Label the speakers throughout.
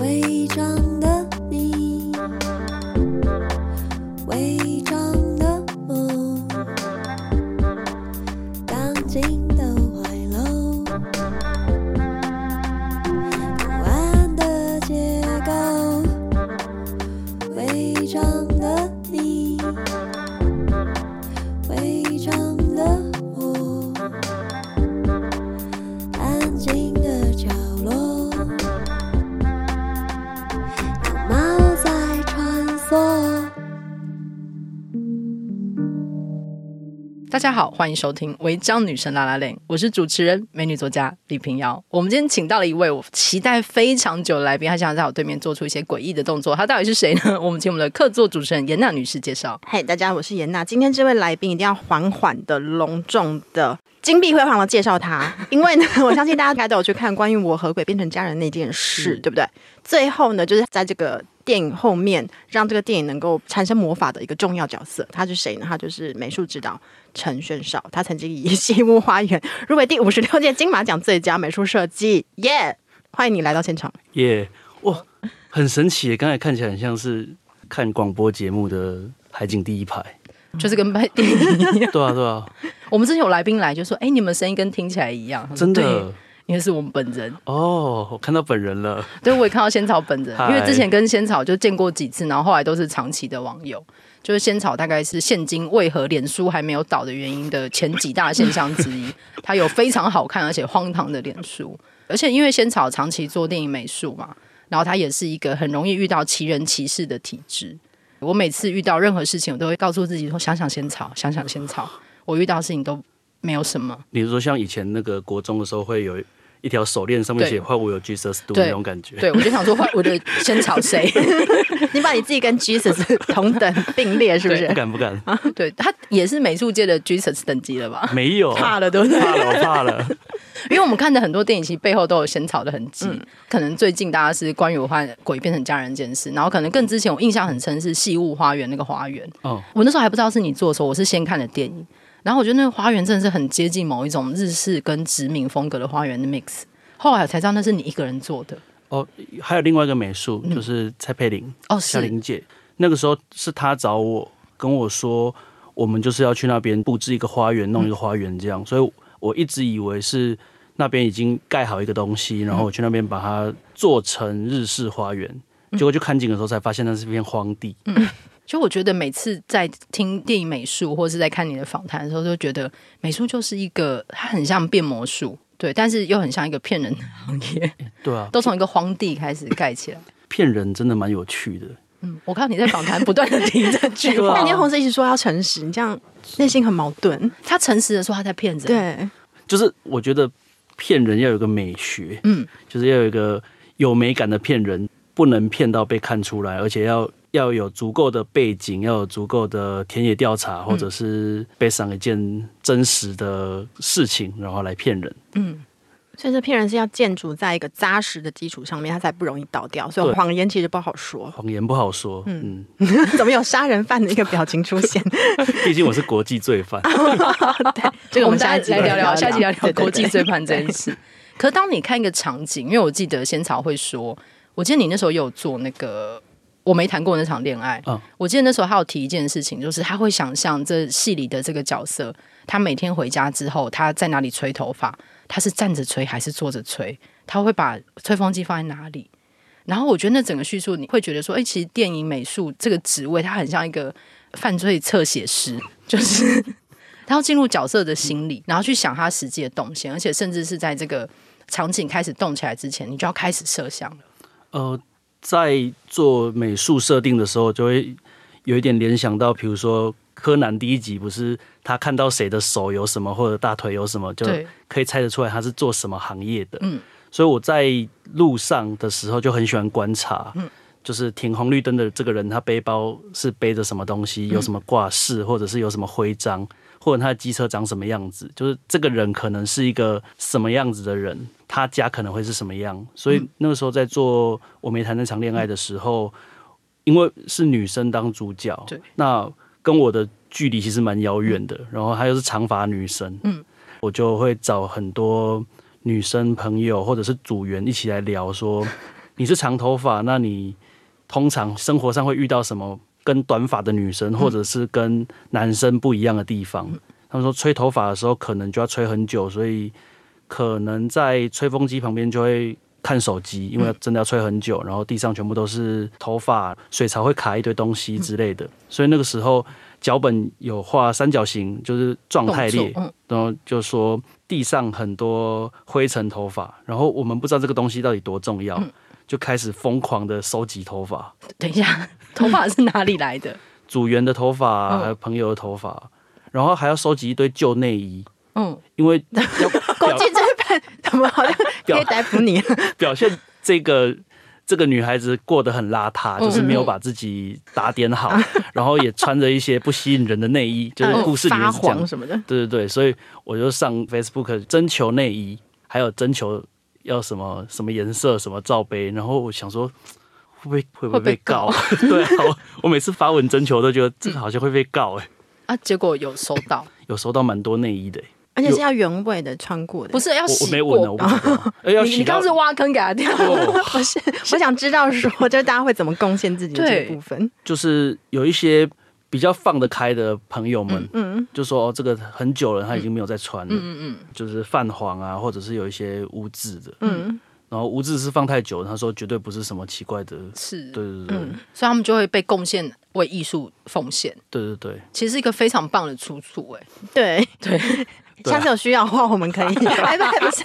Speaker 1: 伪装的你，伪装的我，钢筋的怀楼，不安的结构，伪装的你，伪装的我，安静的角落。有猫在穿梭。
Speaker 2: 大家好，欢迎收听《违章女神拉拉链》，我是主持人美女作家李平遥。我们今天请到了一位我期待非常久的来宾，他想在我对面做出一些诡异的动作，他到底是谁呢？我们请我们的客座主持人严娜女士介绍。
Speaker 3: 嗨，大家，我是严娜。今天这位来宾一定要缓缓的、隆重的、金碧辉煌的介绍他，因为呢， 我相信大家应该都有去看关于我和鬼变成家人那件事，对不对？最后呢，就是在这个电影后面，让这个电影能够产生魔法的一个重要角色，他是谁呢？他就是美术指导陈炫少，他曾经以《西屋花园》入围第五十六届金马奖最佳美术设计，耶、欢迎你来到现场。
Speaker 4: 耶、哇，很神奇耶！刚才看起来很像是看广播节目的海景第 一排。
Speaker 2: 就是跟拍电影一样，
Speaker 4: 对啊，对啊，
Speaker 2: 我们之前有来宾来就说：“哎、你们声音跟听起来一样。”他说
Speaker 4: 真，
Speaker 2: 对
Speaker 4: 的
Speaker 2: 因为是我们本人。
Speaker 4: 哦，我看到本人了。
Speaker 2: 对，我也看到仙草本人，
Speaker 4: 嗨
Speaker 2: 因为之前跟仙草就见过几次，然后后来都是长期的网友。就是仙草大概是现今为何脸书还没有倒的原因的前几大现象之一。它有非常好看而且荒唐的脸书，而且因为仙草长期做电影美术嘛，然后它也是一个很容易遇到奇人奇事的体质。我每次遇到任何事情，我都会告诉自己说：想想仙草，想想仙草。我遇到的事情都没有什么，
Speaker 4: 你是说像以前那个国中的时候，会有一条手链上面
Speaker 2: 对
Speaker 4: 写“换我有 Jesus do”
Speaker 2: 对
Speaker 4: 那种感觉？
Speaker 2: 对我就想说，我的仙草 谁？
Speaker 3: 你把你自己跟 Jesus 同等并列，是不
Speaker 4: 不
Speaker 3: 是？
Speaker 4: 敢 不敢，
Speaker 2: 对他也是美术界的 Jesus 等级了吧？
Speaker 4: 没有，
Speaker 2: 怕了，对不对？
Speaker 4: 怕了，我怕 了。
Speaker 2: 因为我们看的很多电影，其实背后都有仙草的痕迹。
Speaker 4: 嗯
Speaker 2: 可能最近大家是关于我和鬼变成家人这件事，然后可能更之前我印象很深是《细雾花园》那个花园。
Speaker 4: 哦，
Speaker 2: 我那时候还不知道是你做的时候，我是先看的电影，然后我觉得那个花园真的是很接近某一种日式跟殖民风格的花园的 mix。后来我才知道那是你一个人做的
Speaker 4: 哦，还有另外一个美术，就是蔡佩玲，
Speaker 2: 哦，
Speaker 4: 小
Speaker 2: 是
Speaker 4: 玲姐，那个时候是她找我跟我说，我们就是要去那边布置一个花园，弄一个花园这样，所以我一直以为是那边已经盖好一个东西，然后我去那边把它做成日式花园。结果去看景的时候才发现那是片荒地，
Speaker 2: 就我觉得每次在听电影美术或是在看你的访谈的时候，都觉得美术就是一个它很像变魔术，对，但是又很像一个骗人的行业。
Speaker 4: 对啊，
Speaker 2: 都从一个荒地开始盖起来。
Speaker 4: 骗人真的蛮有趣的。
Speaker 2: 嗯，我看你在访谈不断的提这句
Speaker 3: 那
Speaker 2: 话
Speaker 3: 你，跟红色一直说要诚实，你这样内心很矛盾。
Speaker 2: 他诚实的说他在骗人，，
Speaker 3: 对，啊
Speaker 4: 就是我觉得骗人要有个美学，嗯，就是要有一个有美感的骗人，不能骗到被看出来，而且要要有足够的背景，要有足够的呃田野调查，或者是背上一件真实的事情，然后来骗人。
Speaker 3: 所以这骗人是要建筑在一个扎实的基础上面，它才不容易倒掉。所以
Speaker 4: 对。
Speaker 3: 谎言其实不好说
Speaker 4: 谎言不好说，嗯，
Speaker 3: 怎么有杀人犯的一个表情出 现？
Speaker 4: 毕竟我是国际罪 犯，
Speaker 3: 这个
Speaker 2: 我们
Speaker 3: 我们
Speaker 2: 下
Speaker 3: 下
Speaker 2: 一
Speaker 3: 一
Speaker 2: 集
Speaker 3: 集
Speaker 2: 来聊聊，下一集聊聊
Speaker 3: 对对对
Speaker 2: 国际追盘这件事。 可当你看一个场景，因为我记得仙草会说，我记得你那时候也有做那个我没谈过那场恋爱，
Speaker 4: 嗯
Speaker 2: 我记得那时候他有提一件事情，就是他会想象这戏里的这个角色，他每天回家之后，他在哪里吹头发，他是站着吹还是坐着吹，他会把吹风机放在哪里。然后我觉得那整个叙述，你会觉得说，哎、其实电影美术这个职位，它很像一个犯罪侧写师，就是他要进入角色的心理，然后去想他实际的动线，而且甚至是在这个场景开始动起来之前，你就要开始设想了。
Speaker 4: 呃，在做美术设定的时候，就会有一点联想到，比如说柯南第一集，不是他看到谁的手有什么，或者大腿有什么，就
Speaker 2: 对
Speaker 4: 可以猜得出来他是做什么行业的。
Speaker 2: 嗯，
Speaker 4: 所以我在路上的时候就很喜欢观察，嗯，就是停红绿灯的这个人，他背包是背着什么东
Speaker 2: 嗯
Speaker 4: 西，有什么挂饰，或者是有什么徽章，或者他的机车长什么样子，就是这个人可能是一个什么样子的人，他家可能会是什么样。所以那个时候在做我没谈那场恋爱的时候，因为是女生当主角，
Speaker 2: 对，
Speaker 4: 那跟我的距离其实蛮遥远的。然后她又是长发女生，嗯，我就会找很多女生朋友或者是组员一起来聊说，你是长头发，那你通常生活上会遇到什么跟短发的女生或者是跟男生不一样的地方？
Speaker 2: 嗯
Speaker 4: 他们说吹头发的时候可能就要吹很久，所以可能在吹风机旁边就会看手机，因为真的要吹很久，然后地上全部都是头发，水槽会卡一堆东西之类
Speaker 2: 嗯
Speaker 4: 的。所以那个时候脚本有画三角形，就是状
Speaker 2: 动
Speaker 4: 态
Speaker 2: 作
Speaker 4: 列，
Speaker 2: 嗯，
Speaker 4: 然后就说地上很多灰尘头发，然后我们不知道这个东西到底多重
Speaker 2: 嗯
Speaker 4: 要，就开始疯狂的收集头发，
Speaker 2: 等一下，头发是哪里来的？
Speaker 4: 组员的头发，
Speaker 2: 嗯
Speaker 4: 还有朋友的头发，然后还要收集一堆旧内衣，
Speaker 2: 嗯，
Speaker 4: 因为要
Speaker 3: 国
Speaker 4: 表
Speaker 3: 际这一版怎么好像可以逮捕你？啊
Speaker 4: 表现这个。这个女孩子过得很邋遢，
Speaker 2: 嗯
Speaker 4: 就是没有把自己打点好， 然后也穿着一些不吸引人的 内衣，就是故事里面
Speaker 2: 嗯发
Speaker 4: 是这样
Speaker 2: 黄。什么的，
Speaker 4: 对对对，所以我就上 Facebook 征求内衣，还有征求要什么什么颜色、什么罩杯，然后我想说。会不会会不会
Speaker 2: 会被
Speaker 4: 被告 啊？对啊，我我每次发文征求都觉得这个好像会被告哎、
Speaker 2: 啊，结果有收到，
Speaker 4: 有收到蛮多内衣的、欸，
Speaker 3: 而且是要原味的穿过的。
Speaker 2: 不是要
Speaker 4: 我我
Speaker 2: 洗
Speaker 4: 没闻呢，
Speaker 2: 过
Speaker 4: 我
Speaker 2: 吧
Speaker 4: 不知道。哎，要
Speaker 2: 你
Speaker 4: 洗
Speaker 2: 你
Speaker 4: 到
Speaker 2: 刚是挖坑给他跳，
Speaker 4: 哦
Speaker 3: 不是，我想知道说， 就是大家会怎么贡献自己的这
Speaker 2: 对
Speaker 3: 部分。
Speaker 4: 就是有一些比较放得开的朋友们，
Speaker 3: 嗯，
Speaker 4: 就说哦，这个很久了，他已经没有在穿了，
Speaker 2: 嗯嗯，
Speaker 4: 就是泛黄啊，或者是有一些污渍的，
Speaker 3: 嗯，
Speaker 4: 然后污渍是放太久了，他说绝对不是什么奇怪的，
Speaker 2: 是，嗯
Speaker 4: 对对对对
Speaker 2: 所以他们就会被贡献为艺术奉献，
Speaker 4: 对对对。
Speaker 2: 其实是一个非常棒的出处、哎，
Speaker 3: 对
Speaker 2: 对，啊
Speaker 4: 对啊
Speaker 3: 下次有需要的话，我们可以。哎，不不是，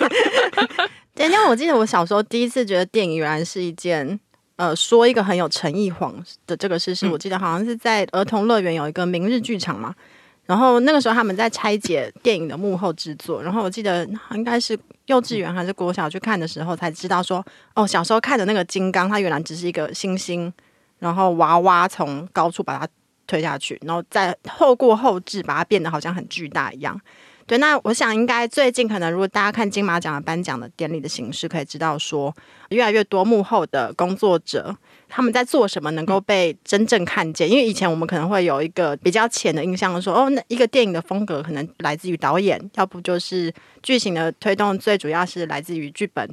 Speaker 3: 对，因为我记得我小时候第一次觉得电影原来是一件。呃，说一个很有诚意谎的这个事实，
Speaker 2: 嗯
Speaker 3: 我记得好像是在儿童乐园有一个明日剧场嘛，然后那个时候他们在拆解电影的幕后制作，然后我记得应该是幼稚园还是国小去看的时候才知道说，哦，小时候看的那个金刚，它原来只是一个星星，然后娃娃从高处把它推下去，然后再透过后置把它变得好像很巨大一样。对，那我想应该最近可能，如果大家看金马奖的颁奖的典礼的形式，可以知道说，越来越多幕后的工作者他们在做什么，能够被真正看见。因为以前我们可能会有一个比较浅的印象说，哦，那一个电影的风格可能来自于导演，要不就是剧情的推动，最主要是来自于剧本。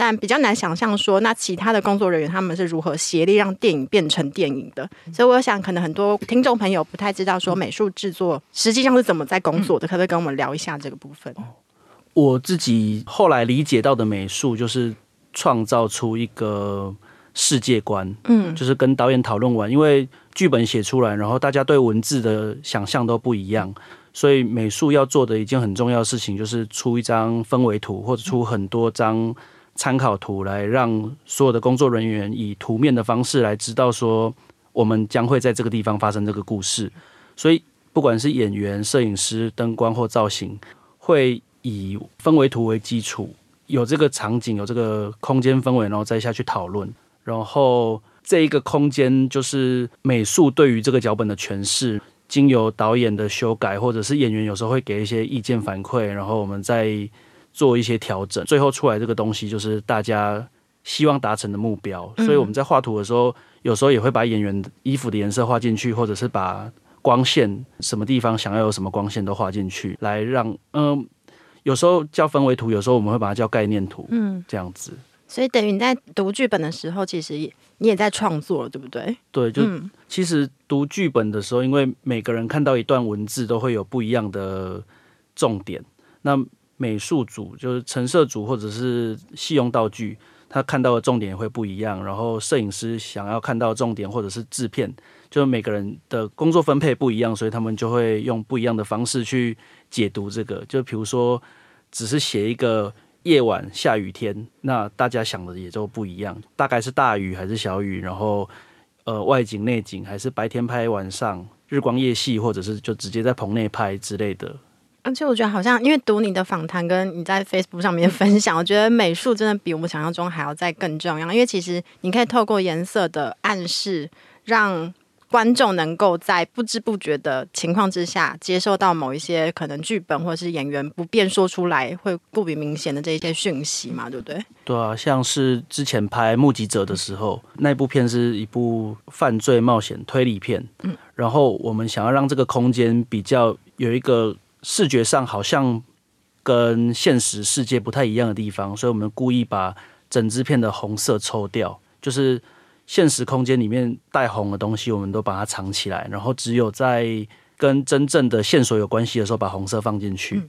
Speaker 3: 但比较难想象说，那其他的工作人员他们是如何协力让电影变成电影的。所以我想，可能很多听众朋友不太知道说美术制作实际上是怎么在工作的，可不可以跟我们聊一下这个部分？
Speaker 4: 我自己后来理解到的美术，就是创造出一个世界观，
Speaker 3: 嗯，
Speaker 4: 就是跟导演讨论完，因为剧本写出来，然后大家对文字的想象都不一样，所以美术要做的一件很重要的事情，就是出一张氛围图，或者出很多张参考图，来让所有的工作人员以图面的方式来知道说，我们将会在这个地方发生这个故事。所以，不管是演员、摄影师、灯光或造型，会以氛围图为基础，有这个场景，有这个空间氛围，然后再下去讨论。然后这一个空间就是美术对于这个脚本的诠释，经由导演的修改，或者是演员有时候会给一些意见反馈，然后我们再做一些调整，最后出来这个东西就是大家希望达成的目标。所以我们在画图的时候，有时候也会把演员衣服的颜色画进去，或者是把光线什么地方想要有什么光线都画进去，来让嗯、有时候叫氛围图，有时候我们会把它叫概念图，
Speaker 3: 嗯，
Speaker 4: 这样子。
Speaker 3: 所以等于你在读剧本的时候，其实也你也在创作了，对不对？
Speaker 4: 对，就
Speaker 3: 嗯
Speaker 4: 其实读剧本的时候，因为每个人看到一段文字都会有不一样的重点。那美术组就是陈设组或者是戏用道具，他看到的重点也会不一样。然后摄影师想要看到的重点，或者是制片，就是每个人的工作分配不一样，所以他们就会用不一样的方式去解读这个。就比如说，只是写一个夜晚下雨天，那大家想的也都不一样，大概是大雨还是小雨，然后呃外景内景还是白天拍晚上，日光夜戏，或者是就直接在棚内拍之类的。
Speaker 3: 而且我觉得好像，因为读你的访谈跟你在 Facebook 上面 分享，我觉得美术真的比我们想象中还要再更重要。因为其实你可以透过颜色的暗示，让观众能够在不知不觉的情况之下，接受到某一些可能剧本或者是演员不便说出来会过于明显的这一些讯息嘛，对不对？
Speaker 4: 对啊，像是之前拍《目击者》的时候，那部片是一部犯罪冒险推理片。嗯，然后我们想要让这个空间比较有一个视觉上好像跟现实世界不太一样的地方，所以我们故意把整支片的红色抽掉，就是现实空间里面带红的东西，我们都把它藏起来，然后只有在跟真正的线索有关系的时候，把红色放进去。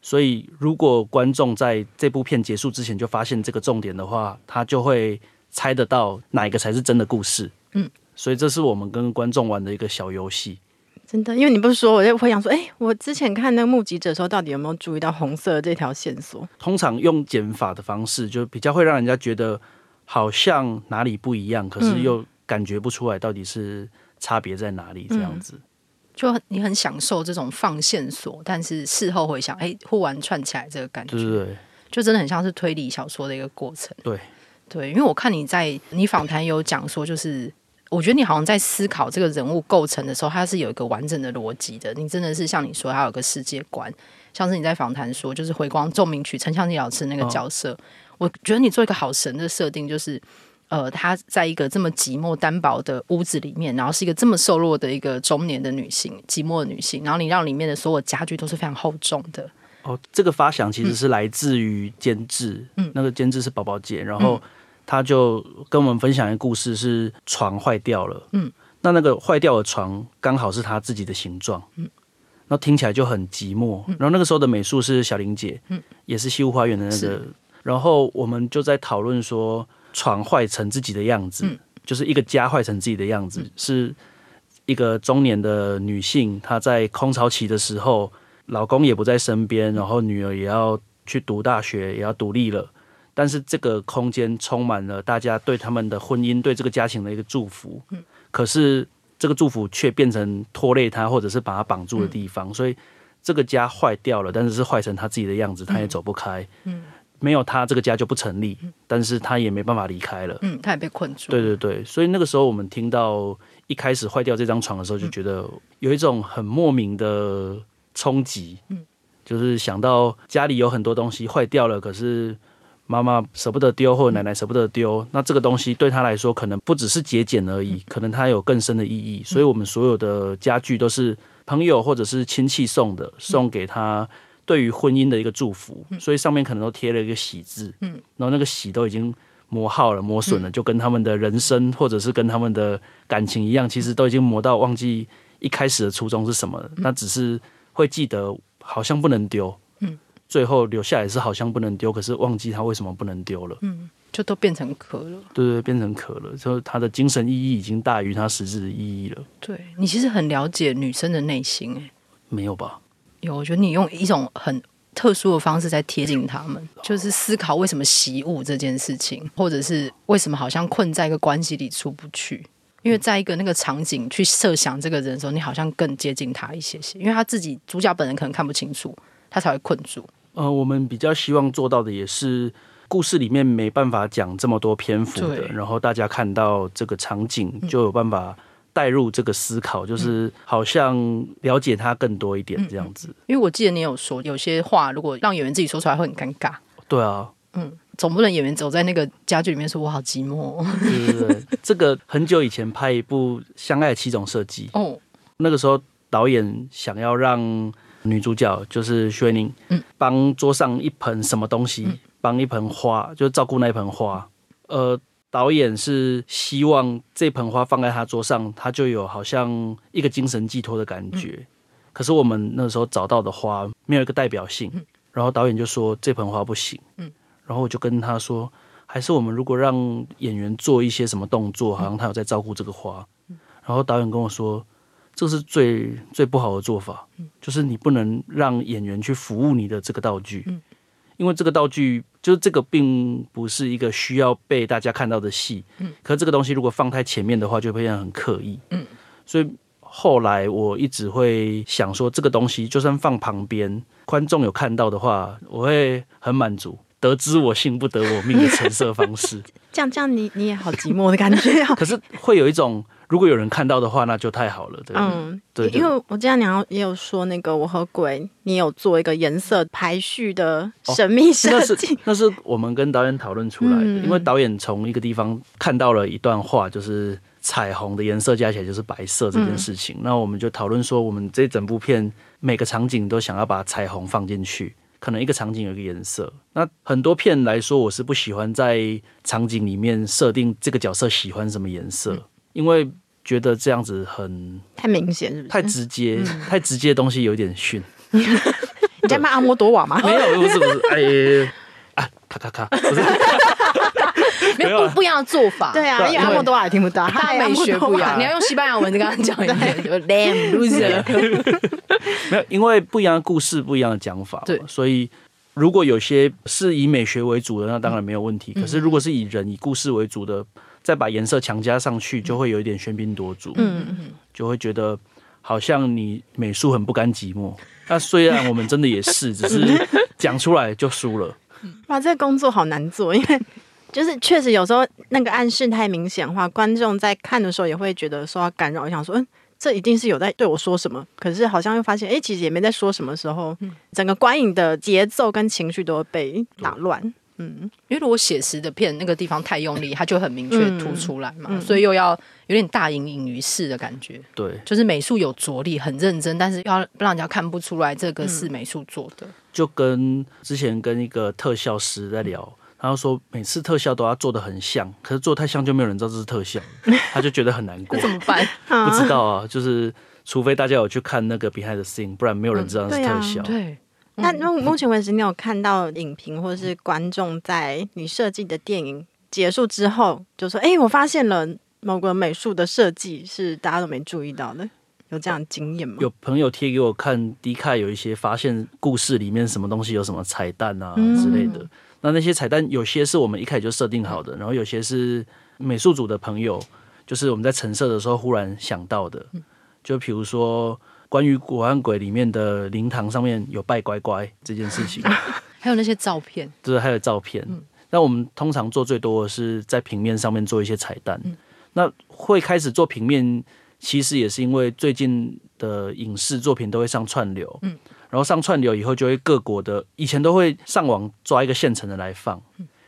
Speaker 4: 所以，如果观众在这部片结束之前就发现这个重点的话，他就会猜得到哪一个才是真的故事。
Speaker 3: 嗯，
Speaker 4: 所以这是我们跟观众玩的一个小游戏。
Speaker 3: 真的，因为你不是说，我就会想说，哎、我之前看那个目击者的时候，到底有没有注意到红色的这条线索？
Speaker 4: 通常用减法的方式，就比较会让人家觉得好像哪里不一样，可是又感觉不出来到底是差别在哪里这样子。
Speaker 2: 就很你很享受这种放线索，但是事后回想，哎、忽然串起来这个感觉，
Speaker 4: 对对对，
Speaker 2: 就真的很像是推理小说的一个过程。
Speaker 4: 对
Speaker 2: 对，因为我看你在你访谈有讲说，就是我觉得你好像在思考这个人物构成的时候，它是有一个完整的逻辑的。你真的是像你说，它有个世界观，像是你在访谈说，就是回光奏鸣曲陈香妮老师那个角色，我觉得你做一个好神的设定，就是。呃，她在一个这么寂寞单薄的屋子里面，然后是一个这么瘦弱的一个中年的女性，寂寞的女性，然后你让里面的所有家具都是非常厚重的，
Speaker 4: 哦，这个发想其实是来自于监制，
Speaker 2: 嗯
Speaker 4: 那个监制是宝宝姐，然后她就跟我们分享一个故事，是床坏掉了，
Speaker 2: 嗯，
Speaker 4: 那那个坏掉的床刚好是她自己的形状，嗯，那听起来就很寂寞。
Speaker 2: 嗯
Speaker 4: 然后那个时候的美术是小玲姐，嗯，也是西湖花园的那个
Speaker 2: 是，
Speaker 4: 然后我们就在讨论说床坏成自己的样
Speaker 2: 嗯
Speaker 4: 子，就是一个家坏成自己的样子，是一个中年的女性，她在空巢期的时候，老公也不在身边，然后女儿也要去读大学，也要独立了。但是这个空间充满了大家对他们的婚姻、对这个家庭的一个祝福。可是这个祝福却变成拖累她，或者是把她绑住的地方，所以这个家坏掉了，但是是坏成她自己的样子，她也走不开。嗯，没有她这个家就不成立，但是她也没办法离开了。
Speaker 2: 嗯，她也被困住，
Speaker 4: 对对对，所以那个时候我们听到一开始坏掉这张床的时候，就觉得有一种很莫名的冲击，嗯，就是想到家里有很多东西坏掉了，可是妈妈舍不得丢，或者奶奶舍不得丢，那这个东西对她来说可能不只是节俭而已，可能它有更深的意义，所以我们所有的家具都是朋友或者是亲戚送的，送给她。对于婚姻的一个祝福，所以上面可能都贴了一个喜字，嗯，然后那个喜都已经磨耗了、磨损了，就跟他们的人生或者是跟他们的感情一样，其实都已经磨到忘记一开始的初衷是什么了。那只是会记得好像不能丢，
Speaker 2: 嗯，
Speaker 4: 最后留下来是好像不能丢，可是忘记它为什么不能丢了，
Speaker 2: 就都变成壳了。
Speaker 4: 对对，对变成壳了，就是它的精神意义已经大于它实质的意义了，
Speaker 2: 对你其实很了解女生的内心、欸，
Speaker 4: 没有吧？
Speaker 2: 有，我觉得你用一种很特殊的方式在贴近他们，就是思考为什么习物这件事情，或者是为什么好像困在一个关系里出不去。因为在一个那个场景去设想这个人的时候，你好像更接近他一些些，因为他自己主角本人可能看不清楚，他才会困住。
Speaker 4: 呃，我们比较希望做到的也是故事里面没办法讲这么多篇幅的，
Speaker 2: 对
Speaker 4: 然后大家看到这个场景就有办法带入这个思考，就是好像了解它更多一点这样子。
Speaker 2: 因为我记得你有说，有些话如果让演员自己说出来会很尴尬，
Speaker 4: 对啊，
Speaker 2: 总不能演员走在那个家具里面说“我好寂寞哦
Speaker 4: 对对对，这个很久以前拍一部《相爱七种设计》，
Speaker 2: 哦”，
Speaker 4: 那个时候导演想要让女主角就是薛宁，帮桌上一盆什么东西，帮一盆花，就照顾那一盆花。呃，导演是希望这盆花放在她桌上，她就有好像一个精神寄托的感觉。可是我们那时候找到的花没有一个代表性，然后导演就说这盆花不行。然后我就跟他说，还是我们如果让演员做一些什么动作，好像他有在照顾这个花。然后导演跟我说，这是最最不好的做法，就是你不能让演员去服务你的这个道具，因为这个道具就是这个并不是一个需要被大家看到的戏，可是这个东西如果放太前面的话，就会变得很刻意，所以。后来我一直会想说，这个东西就算放旁边，观众有看到的话，我会很满足。得知我姓不得我命的橙色方式，
Speaker 3: 这样这样你你也好寂寞的感觉 啊。
Speaker 4: 可是会有一种，如果有人看到的话，那就太好了，对。
Speaker 3: 嗯，
Speaker 4: 对对
Speaker 3: 因为我之前娘也有说那个我和鬼，你有做一个颜色排序的神秘设
Speaker 4: 哦那是
Speaker 3: 计，
Speaker 4: 那是我们跟导演讨论出来的，
Speaker 3: 嗯
Speaker 4: 因为导演从一个地方看到了一段话，就是彩虹的颜色加起来就是白色这件事情。那我们就讨论说，我们这整部片每个场景都想要把彩虹放进去，可能一个场景有一个颜色。那很多片来说，我是不喜欢在场景里面设定这个角色喜欢什么颜色，因为觉得这样子很
Speaker 3: 太明显是不是？
Speaker 4: 太直接，太直接的东西有点逊。
Speaker 3: 你在骂阿莫多瓦 吗？
Speaker 4: 没有，不是不是，哎。啊，咔咔咔，不是，
Speaker 2: 没有不不一样的做法，
Speaker 3: 对啊，因为阿莫多瓦也听不到，
Speaker 2: 大
Speaker 3: 嗨
Speaker 2: 美学不一
Speaker 3: 阿
Speaker 2: 样，你
Speaker 3: 莫
Speaker 2: 要用西班牙文跟他讲一遍，就 damn loser，
Speaker 4: 没有，因为不一样的故事，不一样的讲法嘛，
Speaker 2: 对
Speaker 4: 所以如果有些是以美学为主的，那当然没有问题。
Speaker 2: 嗯
Speaker 4: 可是如果是以人、以故事为主的，再把颜色强加上去，就会有一点喧宾夺主，
Speaker 3: 嗯，
Speaker 4: 就会觉得好像你美术很不甘寂寞。那虽然我们真的也 是，只是讲出来就输了。
Speaker 3: 多瓦哇，这个工作好难做，因为。就是确实有时候那个暗示太明显的话，观众在看的时候也会觉得受到干扰，想说，嗯，这一定是有在对我说什么。可是好像又发现，哎、其实也没在说什么时候，整个观影的节奏跟情绪都会被打乱。嗯，
Speaker 2: 因为如果写实的片那个地方太用力，它就很明确突出来嘛，
Speaker 3: 嗯嗯
Speaker 2: 所以又要有点大隐隐于市的感觉，
Speaker 4: 对，
Speaker 2: 就是美术有着力，很认真，但是要让人家看不出来这个是美术做的，
Speaker 4: 就跟之前跟一个特效师在聊，他就说每次特效都要做的很像，可是做太像就没有人知道这是特效，他就觉得很难过
Speaker 2: 那。怎么办？
Speaker 4: 不知道啊，就是除非大家有去看那个 Behind the Scene，不然没有人知道那是
Speaker 3: 嗯对啊
Speaker 4: 特效。
Speaker 2: 对，
Speaker 3: 那那目前为止，你有看到影评或是观众在你设计的电影结束之后，就说：“哎、我发现了某个美术的设计是大家都没注意到的。”有这样的经验吗？
Speaker 4: 有朋友贴给我看 D 卡有一些发现故事里面什么东西有什么彩蛋啊
Speaker 3: 嗯
Speaker 4: 之类的。那那些彩蛋有些是我们一开始就设定好的，然后有些是美术组的朋友，就是我们在陈设的时候忽然想到的。
Speaker 3: 嗯
Speaker 4: 就比如说关于《古汉鬼》里面的灵堂上面有拜乖乖这件 事情，
Speaker 2: 还有那些照片，
Speaker 4: 就是还有照片。那我们通常做最多的是在平面上面做一些彩蛋。那会开始做平面，其实也是因为最近的影视作品都会上串流，嗯，然后上串流以后，就会各国的以前都会上网抓一个现成的来放，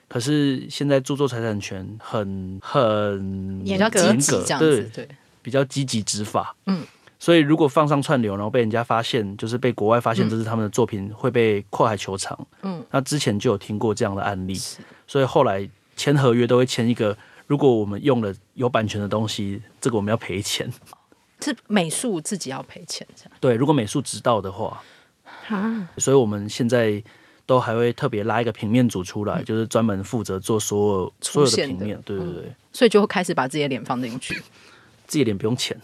Speaker 4: 可是现在著作财产权很很
Speaker 2: 比
Speaker 3: 严
Speaker 2: 较
Speaker 3: 格
Speaker 2: 积极这样子，
Speaker 4: 对
Speaker 2: 对，
Speaker 4: 比较积极执法，
Speaker 2: 嗯。
Speaker 4: 所以，如果放上串流，然后被人家发现，就是被国外发现这是他们的作品，会被跨海球场。
Speaker 2: 嗯，
Speaker 4: 那之前就有听过这样的案例，
Speaker 2: 是
Speaker 4: 所以后来签合约都会签一个，如果我们用了有版权的东西，这个我们要赔钱。
Speaker 2: 是美术自己要赔钱这样，
Speaker 4: 对，如果美术指导的话，
Speaker 3: 啊，
Speaker 4: 所以我们现在都还会特别拉一个平面组出来，就是专门负责做所有
Speaker 2: 嗯
Speaker 4: 所
Speaker 2: 出
Speaker 4: 有的
Speaker 2: 现的嗯
Speaker 4: 平面。对对对，
Speaker 2: 所以就开始把自己的脸放进去，
Speaker 4: 自己脸不用钱。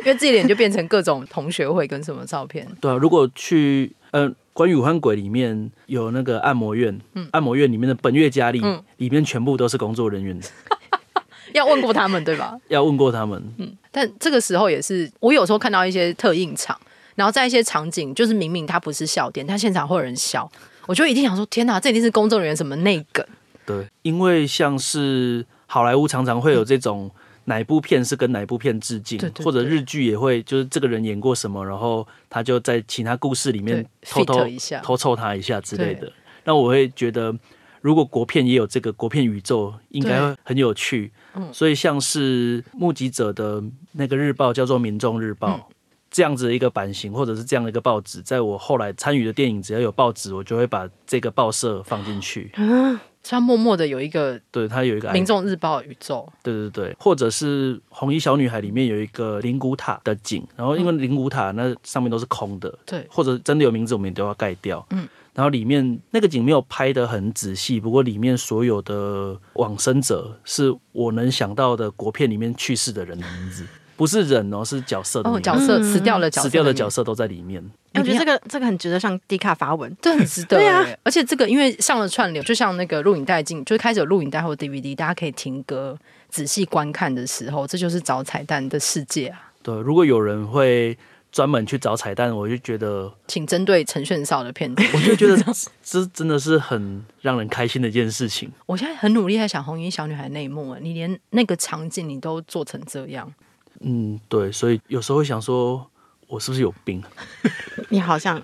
Speaker 2: 因为自己的脸就变成各种同学会跟什么照片，
Speaker 4: 对啊，如果去呃，关于武汉鬼里面有那个按摩院，按摩院里面的本月佳丽，
Speaker 2: 嗯
Speaker 4: 里面全部都是工作人员，
Speaker 2: 要问过他们对吧？
Speaker 4: 要问过他们。
Speaker 2: 但这个时候也是，我有时候看到一些特映场，然后在一些场景，就是明明它不是笑点，但现场会有人笑，我就一定想说，天哪，这一定是工作人员什么内梗，
Speaker 4: 对，因为像是好莱坞常常会有这种哪部片是跟哪部片致敬，
Speaker 2: 对对对
Speaker 4: 或者日剧也会，就是这个人演过什么，然后他就在其他故事里面
Speaker 2: 对
Speaker 4: 偷偷
Speaker 2: feat 一下
Speaker 4: 偷凑他一下之类的
Speaker 2: 对。
Speaker 4: 那我会觉得，如果国片也有这个国片宇宙，应该
Speaker 2: 对
Speaker 4: 会很有趣。
Speaker 2: 嗯
Speaker 4: 所以像是《目击者》的那个日报叫做《民众日报》。
Speaker 2: 嗯
Speaker 4: 这样子的一个版型，或者是这样的一个报纸，在我后来参与的电影，只要有报纸，我就会把这个报社放进去。
Speaker 2: 虽然默默的有一个
Speaker 4: 对，它有一个 icon
Speaker 2: 嗯民众日报宇宙，
Speaker 4: 对对对，或者是《红衣小女孩》里面有一个灵骨塔的景，然后因为
Speaker 2: 嗯
Speaker 4: 灵骨塔那上面都是空的，
Speaker 2: 对
Speaker 4: 或者真的有名字我们也都要盖掉，嗯，然后里面那个景没有拍得很仔细，不过里面 所有的往生者是我能想到的国片里面去世的人的名字，不是人哦，是角色的
Speaker 2: 哦，
Speaker 4: 名字
Speaker 2: 角色
Speaker 3: 嗯
Speaker 2: 死掉了，角色
Speaker 4: 死掉的
Speaker 2: 名
Speaker 4: 角色哎都在里面。
Speaker 2: 哎
Speaker 3: 我觉得这个这个很值得上低卡发文。
Speaker 2: 这很值得、
Speaker 3: 对啊
Speaker 2: 欸而且这个因为上了串流，就像那个录影带进，就是开始有录影带或 DVD，大家可以听歌仔细观看的时候，这就是找彩蛋的世界啊！
Speaker 4: 对，如果有人会专门去找彩蛋，我就觉得，
Speaker 2: 请针对陈炫少的片段，
Speaker 4: 我 就觉得这真的是很让人开心的一件事情。
Speaker 2: 我现在很努力在想红衣小女孩那一幕、欸，你连那个场景你都做成这样，
Speaker 4: 嗯，对，所以有时候会想说，我是不是有病？
Speaker 3: 你 好像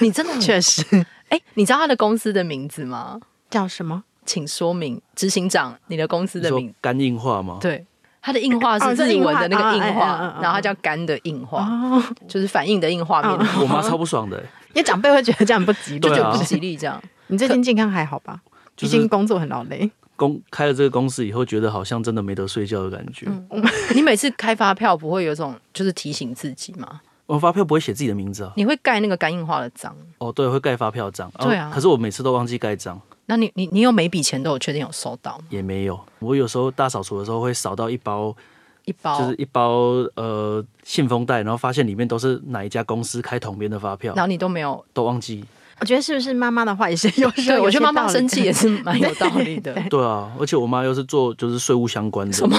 Speaker 2: 你真的很
Speaker 3: 确实
Speaker 2: 哎、你知道他的公司的名字吗？
Speaker 3: 叫什么？
Speaker 2: 请说明执行长你的公司
Speaker 4: 你
Speaker 2: 的
Speaker 4: 说
Speaker 2: 名，
Speaker 4: 肝硬化吗？
Speaker 2: 对。他的硬化是
Speaker 3: 哦是
Speaker 2: 日
Speaker 3: 硬
Speaker 2: 文
Speaker 3: 化
Speaker 2: 的那个
Speaker 3: 哦
Speaker 2: 硬
Speaker 3: 哎
Speaker 2: 化，
Speaker 3: 嗯嗯嗯
Speaker 2: 然后它叫肝的硬化，
Speaker 3: 哦
Speaker 2: 就是反应的硬化面，
Speaker 4: 我妈超不爽的、欸
Speaker 3: 因为长辈会觉得这样很不吉利，
Speaker 4: 哦对
Speaker 2: 就
Speaker 4: 啊
Speaker 2: 觉得不吉利这样。
Speaker 3: 你最近健康还好吧？
Speaker 4: 就
Speaker 3: 毕
Speaker 4: 是
Speaker 3: 竟工作很劳累，
Speaker 4: 公开了这个公司以后，觉得好像真的没得睡觉的感觉。
Speaker 2: 嗯你每次开发票不会有一种就是提醒自己吗？
Speaker 4: 我发票不会写自己的名字啊。
Speaker 2: 你会盖那个肝硬化的章？
Speaker 4: 哦，对，会盖发票章。哦
Speaker 2: 对啊
Speaker 4: 可是我每次都忘记盖章，
Speaker 2: 那你你你有每笔钱都有确定有收到吗？
Speaker 4: 也没有。我有时候大扫除的时候会扫到一包，
Speaker 2: 一包，
Speaker 4: 就是一包呃信封袋，然后发现里面都是哪一家公司开统编的发票
Speaker 2: 然，后你都没有。
Speaker 4: 都忘记。
Speaker 3: 我觉得是不是妈妈的话也是有时
Speaker 2: 对，
Speaker 3: 候有
Speaker 2: 我觉
Speaker 3: 些
Speaker 2: 得妈妈
Speaker 3: 道理
Speaker 2: 生气也是蛮有道理的。
Speaker 4: 对啊，而且我妈又是做就是税务相关的，什么？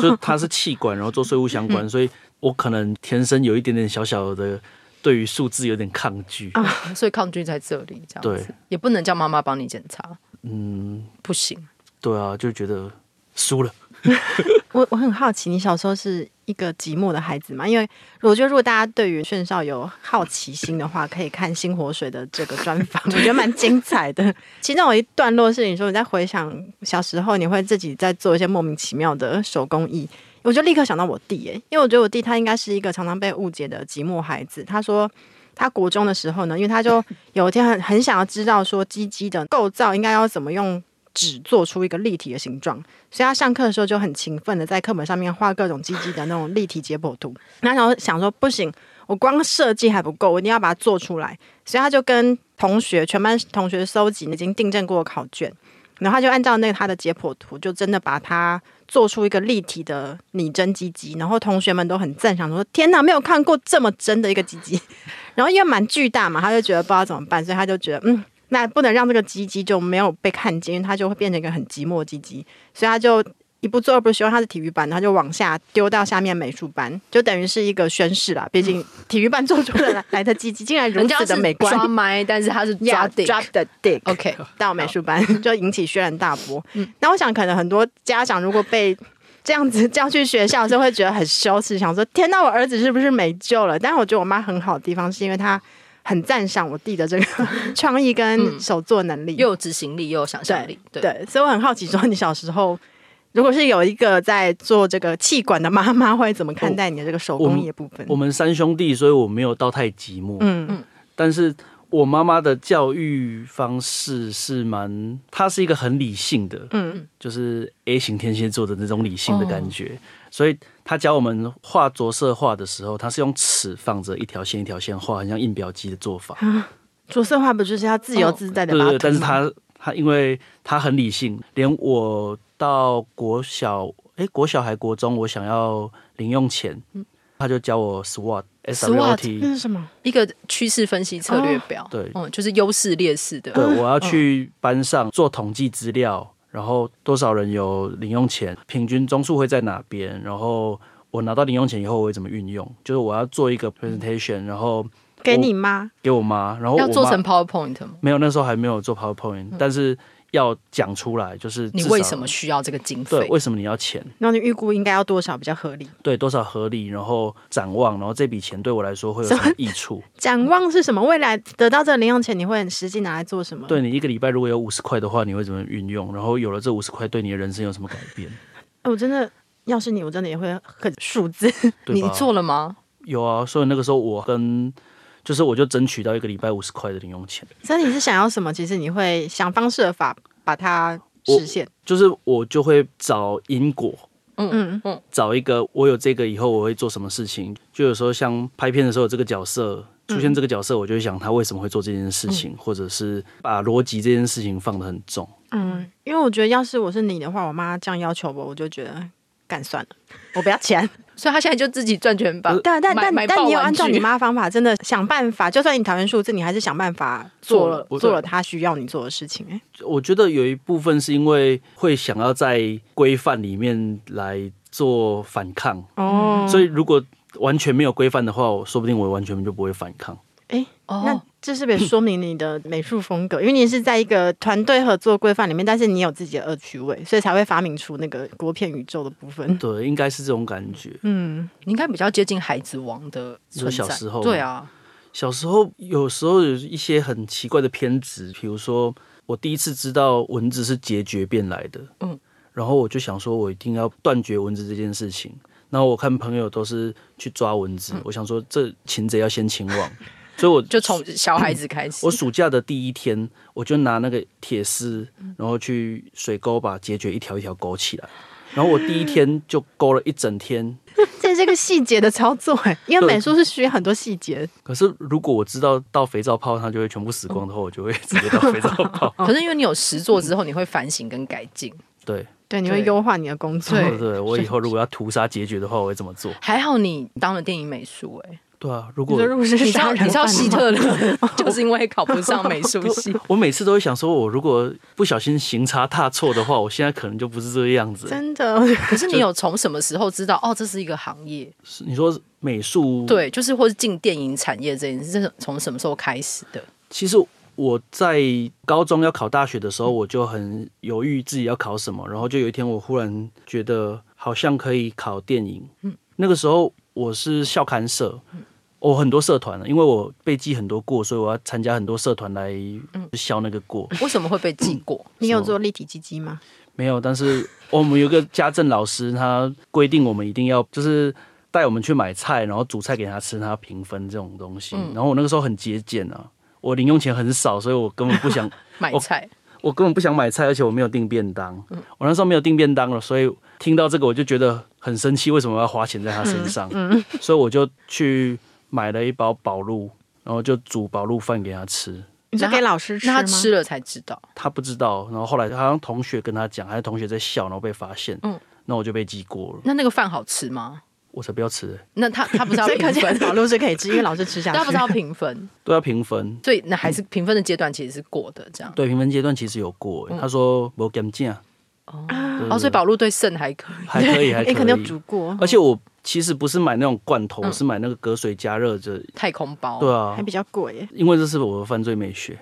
Speaker 4: 就她是气管，然后做税务相关，所以我可能天生有一点点小小的对于数字有点抗拒。
Speaker 2: 所以抗拒在这里，这样子
Speaker 4: 对
Speaker 2: 也不能叫妈妈帮你检查，
Speaker 4: 嗯，
Speaker 2: 不行。
Speaker 4: 对啊，就觉得输了。
Speaker 3: 我我很好奇，你小时候是一个寂寞的孩子吗？因为我觉得，如果大家对于炫少有好奇心的话，可以看星火水的这个专访，我觉得蛮精彩的。 其中有一段落是你说你在回想小时候，你会自己在做一些莫名其妙的手工艺。我就立刻想到我弟耶、因为我觉得我弟他应该是一个常常被误解的寂寞孩子。他说他国中的时候呢，因为他就有一天很很想要知道说鸡鸡的构造应该要怎么用纸做出一个立体的形状，所以他上课的时候就很勤奋的在课本上面画各种鸡鸡的那种立体解剖图。那时候想说不行，我光设计还不够，我一定要把它做出来，所以他就跟同学全班同学收集已经订正过的考卷，然后他就按照那个他的解剖图，就真的把它。做出一个立体的拟真鸡鸡，然后同学们都很赞赏，说：“天哪，没有看过这么真的一个鸡鸡。” 然后因为蛮巨大嘛，他就觉得不知道怎么办，所以他就觉得，嗯，那不能让这个鸡鸡就没有被看见，因为他就会变成一个很寂寞的鸡鸡，所以他就一不做二不休，他是体育班，他就往下丢到下面美术班，就等于是一个宣誓啦。毕竟体育班做出来来的鸡鸡竟然如
Speaker 2: 人家
Speaker 3: 此
Speaker 2: 是
Speaker 3: 的美观，
Speaker 2: 抓麦，但是他是抓
Speaker 3: Yeah,
Speaker 2: 顶。
Speaker 3: drop the dick。
Speaker 2: OK，
Speaker 3: 到美术班 就引起轩然大波。
Speaker 2: 嗯
Speaker 3: 那我想，可能很多家长如果被这样子叫去学校，就会觉得很羞耻，想说：“天呐，我儿子是不是没救了？”但是我觉得我妈很好的地方，是因为她很赞赏我弟的这个 创意跟手作能力。
Speaker 2: 嗯又有执行力，又有想象力。对，
Speaker 3: 对，所以我很好奇，说你小时候如果是有一个在做这个气管的妈妈，会怎么看待你的这个手
Speaker 4: 我
Speaker 3: 工
Speaker 4: 们
Speaker 3: 艺的部分？
Speaker 4: 我们三兄弟，所以我没有到太寂寞。
Speaker 3: 嗯
Speaker 2: 嗯
Speaker 4: 但是我妈妈的教育方式是蛮，她是一个很理性的，
Speaker 3: 嗯，哦
Speaker 4: 就是 A 型天蝎座的那种理性的感觉。所以她教我们画着色画的时候，她是用尺放着一条线一条线画，很像印表机的 做法。
Speaker 3: 着啊色画不就是要自由自在的
Speaker 4: 对
Speaker 3: 把它
Speaker 4: 哦对，但是
Speaker 3: 涂吗
Speaker 4: 她她因为她很理性，连我到国小，哎、国小还国中，我想要零用钱，
Speaker 3: 嗯
Speaker 4: 她就教我 SWOT。S W O T
Speaker 3: 那是什么？
Speaker 2: 一个趋势分析策略表，
Speaker 4: 对
Speaker 2: 嗯，就是优势劣势的。
Speaker 4: 对，我要去班上做统计资料，然后多少人有零用钱，平均中数会在哪边，然后我拿到零用钱以后我会怎么运用，就是我要做一个 presentation，然后
Speaker 3: 给你妈
Speaker 4: 给我妈，然后
Speaker 2: 嗯要
Speaker 4: 我
Speaker 2: 做
Speaker 4: 妈
Speaker 2: 成 PowerPoint 吗？
Speaker 4: 没有，那时候还没有做 PowerPoint，、但是要讲出来，就是
Speaker 2: 你
Speaker 4: 至少
Speaker 2: 为什么需要这个经
Speaker 4: 对
Speaker 2: 费？
Speaker 4: 为什么你要钱，
Speaker 3: 然后你预估应该要多少比较合理？
Speaker 4: 对多少合理，然后展望，然后这笔钱对我来说 会有什么益处？
Speaker 3: 展望是什么？未来得到这个零用钱，你会很实际拿来做什么？
Speaker 4: 对你一个礼拜如果有五十块的话，你会怎么运用？然后有了这五十块，对你的人生有什么改变？
Speaker 3: 哎，我真的，要是你，我真的也会很数字。
Speaker 4: 对
Speaker 2: 你
Speaker 4: 吧
Speaker 2: 做了吗？
Speaker 4: 有啊，所以那个时候我跟就是我就争取到一个礼拜五十块的零用钱，
Speaker 3: 所以你是想要什么？其实你会想方设法把它实现。
Speaker 4: 就是我就会找因果，
Speaker 3: 嗯，
Speaker 4: 找一个我有这个以后我会做什么事情。就有时候像拍片的时候，有这个角色出
Speaker 3: 嗯
Speaker 4: 现这个角色，我就会想他为什么会做这件事情，或者是把逻辑这件事情放得很重。
Speaker 3: 嗯因为我觉得要是我是你的话，我妈这样要求我，我就觉得干算了，我不要钱。
Speaker 2: 所以他现在就自己赚全版，
Speaker 3: 但但
Speaker 2: 买
Speaker 3: 但
Speaker 2: 买
Speaker 3: 但
Speaker 2: 爆
Speaker 3: 你有
Speaker 2: 玩
Speaker 3: 按照
Speaker 2: 具
Speaker 3: 你妈的方法，真的想办法，就算你讨厌数字，你还是想办法做了
Speaker 4: 我
Speaker 3: 做了他需要你做的事情、哎，
Speaker 4: 我觉得有一部分是因为会想要在规范里面来做反抗，
Speaker 3: 哦
Speaker 4: 所以如果完全没有规范的话，我说不定我完全就不会反抗。
Speaker 3: 哎、
Speaker 2: 哦
Speaker 3: 那这是不是也说明你的美术风格？因为你是在一个团队合作规范里面，但是你有自己的恶趣味，所以才会发明出那个国片宇宙的部 分。
Speaker 4: 对，应该是这种感觉。
Speaker 3: 嗯，
Speaker 2: 你应该比较接近孩子王的
Speaker 4: 你
Speaker 2: 存
Speaker 4: 说
Speaker 2: 在。
Speaker 4: 小时候
Speaker 2: 对
Speaker 4: 吗
Speaker 2: 啊，
Speaker 4: 小时候有时候有一些很奇怪的偏执，比如说我第一次知道蚊子是结节变来的，
Speaker 2: 嗯，
Speaker 4: 然后我就想说我一定要断绝蚊子这件事情。然后我看朋友都是去抓蚊子，我想说这擒贼要先擒王，所以我
Speaker 2: 嗯就从小孩子开始。
Speaker 4: 我暑假的第一天，我就拿那个铁丝，然后去水沟把结节一条一条勾起来。然后我第一天就勾了一整天。
Speaker 3: 这是个细节的操作、哎，因为
Speaker 4: 对
Speaker 3: 美术是需要很多细节。
Speaker 4: 可是如果我知道到肥皂泡它就会全部死光的话，我就会直接到肥皂 泡。
Speaker 2: 可是因为你有实做之后，你会反省跟改进。
Speaker 4: 对
Speaker 3: 对，你会
Speaker 2: 对
Speaker 3: 优化你的工作。
Speaker 2: 对
Speaker 4: 对，我以后如果要屠杀结节的话，我会怎么做？
Speaker 2: 还好你当了电影美术、欸，哎，
Speaker 4: 对啊，如
Speaker 3: 你
Speaker 4: 果
Speaker 3: 说如果是
Speaker 2: 你知
Speaker 3: 杀
Speaker 2: 道
Speaker 3: 人
Speaker 2: 你知道
Speaker 3: 犯的
Speaker 2: 希
Speaker 3: 话
Speaker 2: 特勒就是因为考不上美术 系，
Speaker 4: 我每次都会想说，我如果不小心行差踏错的话，我现在可能就不是这个样子。
Speaker 3: 真的，
Speaker 2: 可是你有从什么时候知道哦，这是一个行业？
Speaker 4: 是你说美术
Speaker 2: 对，就是或是进电影产业这件事，这是从什么时候开始的？
Speaker 4: 其实我在高中要考大学的时候，我就很犹豫自己要考什么，然后就有一天我忽然觉得好像可以考电影。嗯，那个时候我是校刊社。我很多社团了，因为我被记很多过，所以我要参加很多社团来消那个过。
Speaker 2: 为什么会被记过？
Speaker 3: 你有做立体鸡鸡吗？
Speaker 4: 没有，但是我们有个家政老师，他规定我们一定要就是带我们去买菜，然后煮菜给他吃，他评分这种东西。然后我那个时候很节俭啊，我零用钱很少，所以我根本不想
Speaker 2: 买菜
Speaker 4: 我根本不想买菜，而且我没有订便当。
Speaker 2: 嗯
Speaker 4: 我那时候没有订便当了，所以听到这个我就觉得很生气，为什么我要花钱在他身上？
Speaker 2: 嗯
Speaker 4: 所以我就去买了一包宝路，然后就煮宝路饭给他吃。
Speaker 3: 你说
Speaker 2: 那他
Speaker 3: 给老师吃吗？
Speaker 2: 那他吃了才知道。
Speaker 4: 他不知道，然后后来好像同学跟他讲，还是同学在笑，然后被发现。
Speaker 2: 嗯
Speaker 4: 那我就被记过了，
Speaker 2: 那那个饭好吃吗？
Speaker 4: 我才不要吃、
Speaker 2: 那他他不 是要
Speaker 3: 所以可
Speaker 2: 评
Speaker 3: 见
Speaker 2: 分，
Speaker 3: 老路是可以吃，因为老师吃下去。
Speaker 2: 他不是 要评分，
Speaker 4: 都要啊评分。
Speaker 2: 所以那还是评分的阶段其实是过的这样。
Speaker 4: 对，评分阶段其实有过、欸他说没干净，对
Speaker 2: 嗯哦，所以宝路对肾还可嗯以。
Speaker 4: 还可以，还可
Speaker 3: 你
Speaker 4: 以。
Speaker 3: 可能有煮过，
Speaker 4: 而且我其实不是买那种罐头，我是买那个隔水加热的。
Speaker 2: 太空包，
Speaker 4: 对啊
Speaker 3: 还，比较贵耶。
Speaker 4: 因为这是我的犯罪美学，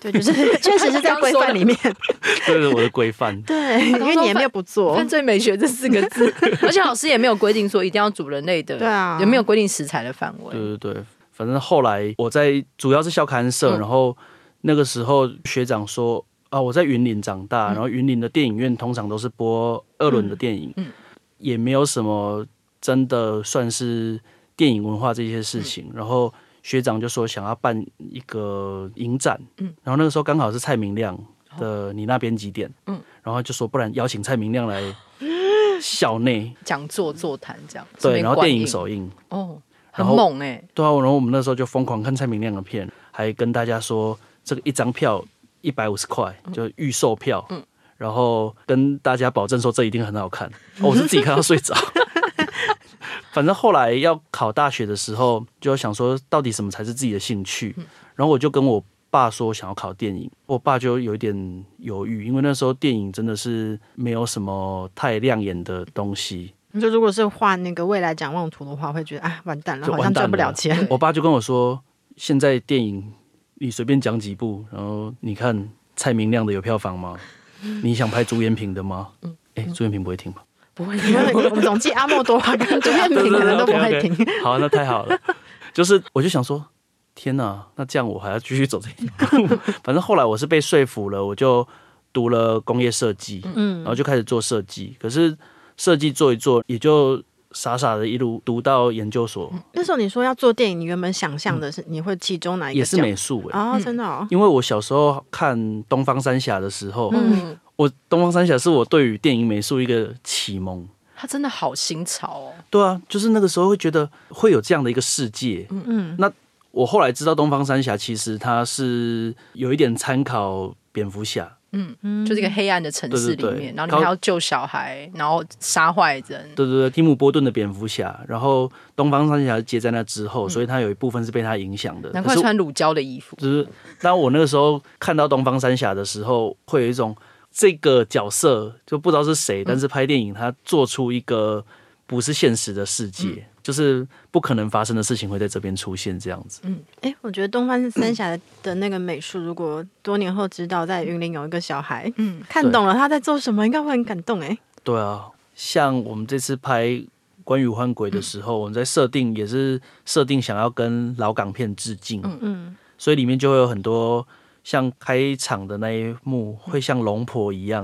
Speaker 3: 对，就是确实是在规范里面。。
Speaker 4: 这是我的规范
Speaker 3: 对，因为你也没有不做
Speaker 2: 犯。罪美学这四个字，哦 而且老师也没有规定说一定要煮人类的，
Speaker 3: 对啊
Speaker 2: 也没有规定食材的范
Speaker 4: 对
Speaker 2: 围。
Speaker 4: 对对，反正后来我在主要是校刊社，
Speaker 2: 嗯
Speaker 4: 然后那个时候学长说啊，我在云林长大，然后云林的电影院通常都是播二轮的电影，
Speaker 2: 嗯嗯
Speaker 4: 也没有什么真的算是电影文化这些事情，然后。学长就说想要办一个影展，
Speaker 2: 嗯
Speaker 4: 然后那个时候刚好是蔡明亮的你那边几点，
Speaker 2: 嗯
Speaker 4: 然后就说不然邀请蔡明亮来校内，
Speaker 2: 讲座座谈这样，顺
Speaker 4: 对，
Speaker 2: 便
Speaker 4: 然后
Speaker 2: 观
Speaker 4: 电影
Speaker 2: 影
Speaker 4: 首映，
Speaker 2: 哦，很
Speaker 4: 然后
Speaker 2: 猛哎，
Speaker 4: 对啊，然后我们那时候就疯狂看蔡明亮的片，还跟大家说这个一张票一百五十块，就预售票，然后跟大家保证说这一定很好看。哦我是自己看到睡着。 反正后来要考大学的时候，就想说到底什么才是自己的兴趣，然后我就跟我爸说想要考电影，我爸就有一点犹豫，因为那时候电影真的是没有什么太亮眼的东西。
Speaker 3: 你说如果是画那个未来展望图的话，会觉得啊，完蛋了，
Speaker 4: 就
Speaker 3: 好
Speaker 4: 完
Speaker 3: 像
Speaker 4: 蛋
Speaker 3: 赚不了
Speaker 4: 了
Speaker 3: 钱。
Speaker 4: 我爸就跟我说，现在电影你随便讲几部，然后你看蔡明亮的有票 房吗？你想拍朱延平的吗？
Speaker 3: 嗯
Speaker 4: 哎、朱延平不会听吧？
Speaker 2: 不会，
Speaker 3: 因为我们总计阿莫多瓦 跟周艳萍可能都不会听。
Speaker 4: 好，那太好了。就是我就想说，天哪，那这样我还要继续走这一条路。 反正后来我是被说服了，我就读了工业设计，嗯，然后就开始做设计。可是设计做一做，也就傻傻的一路读到研究所，
Speaker 3: 那时候你说要做电影，你原本想象的是你会其中哪一个
Speaker 4: 嗯也是
Speaker 3: 角
Speaker 4: 美术、欸。
Speaker 3: 哦，真的哦，
Speaker 4: 因为我小时候看《东方三侠》的时候，
Speaker 2: 嗯，
Speaker 4: 我《东方三侠》是我对于电影美术一个启蒙。
Speaker 2: 他真的好新潮哦，
Speaker 4: 对啊，就是那个时候会觉得会有这样的一个世界。
Speaker 3: 嗯，
Speaker 4: 那我后来知道《东方三侠》其实它是有一点参考。蝙蝠侠，
Speaker 2: 就是一个黑暗的城市里
Speaker 4: 对对
Speaker 2: 面，
Speaker 4: 对
Speaker 2: 然后你还
Speaker 4: 高
Speaker 2: 要救小孩，然后杀坏人，
Speaker 4: 对对对，蒂姆·波顿的蝙蝠侠，然后东方三侠接在那之后，所以他有一部分是被他影响的。
Speaker 2: 嗯难
Speaker 4: 可
Speaker 2: 怪
Speaker 4: 是
Speaker 2: 穿乳胶的衣服。
Speaker 4: 就是当我那个时候看到东方三侠的时候，会有一种这个角色就不知道是谁，但是拍电影他做出一个不是现实的世界，就是不可能发生的事情会在这边出现这样子。
Speaker 3: 哎，我觉得东方三峡的那个美术，如果多年后知道在云林有一个小孩，嗯，看懂了他在做什么，应该会很感动哎。
Speaker 4: 对啊，像我们这次拍。关于武汉鬼的时候，我们在设定也是设定想要跟老港片致敬，
Speaker 3: 嗯，
Speaker 4: 所以里面就会有很多像开场的那一幕会像龙婆一样，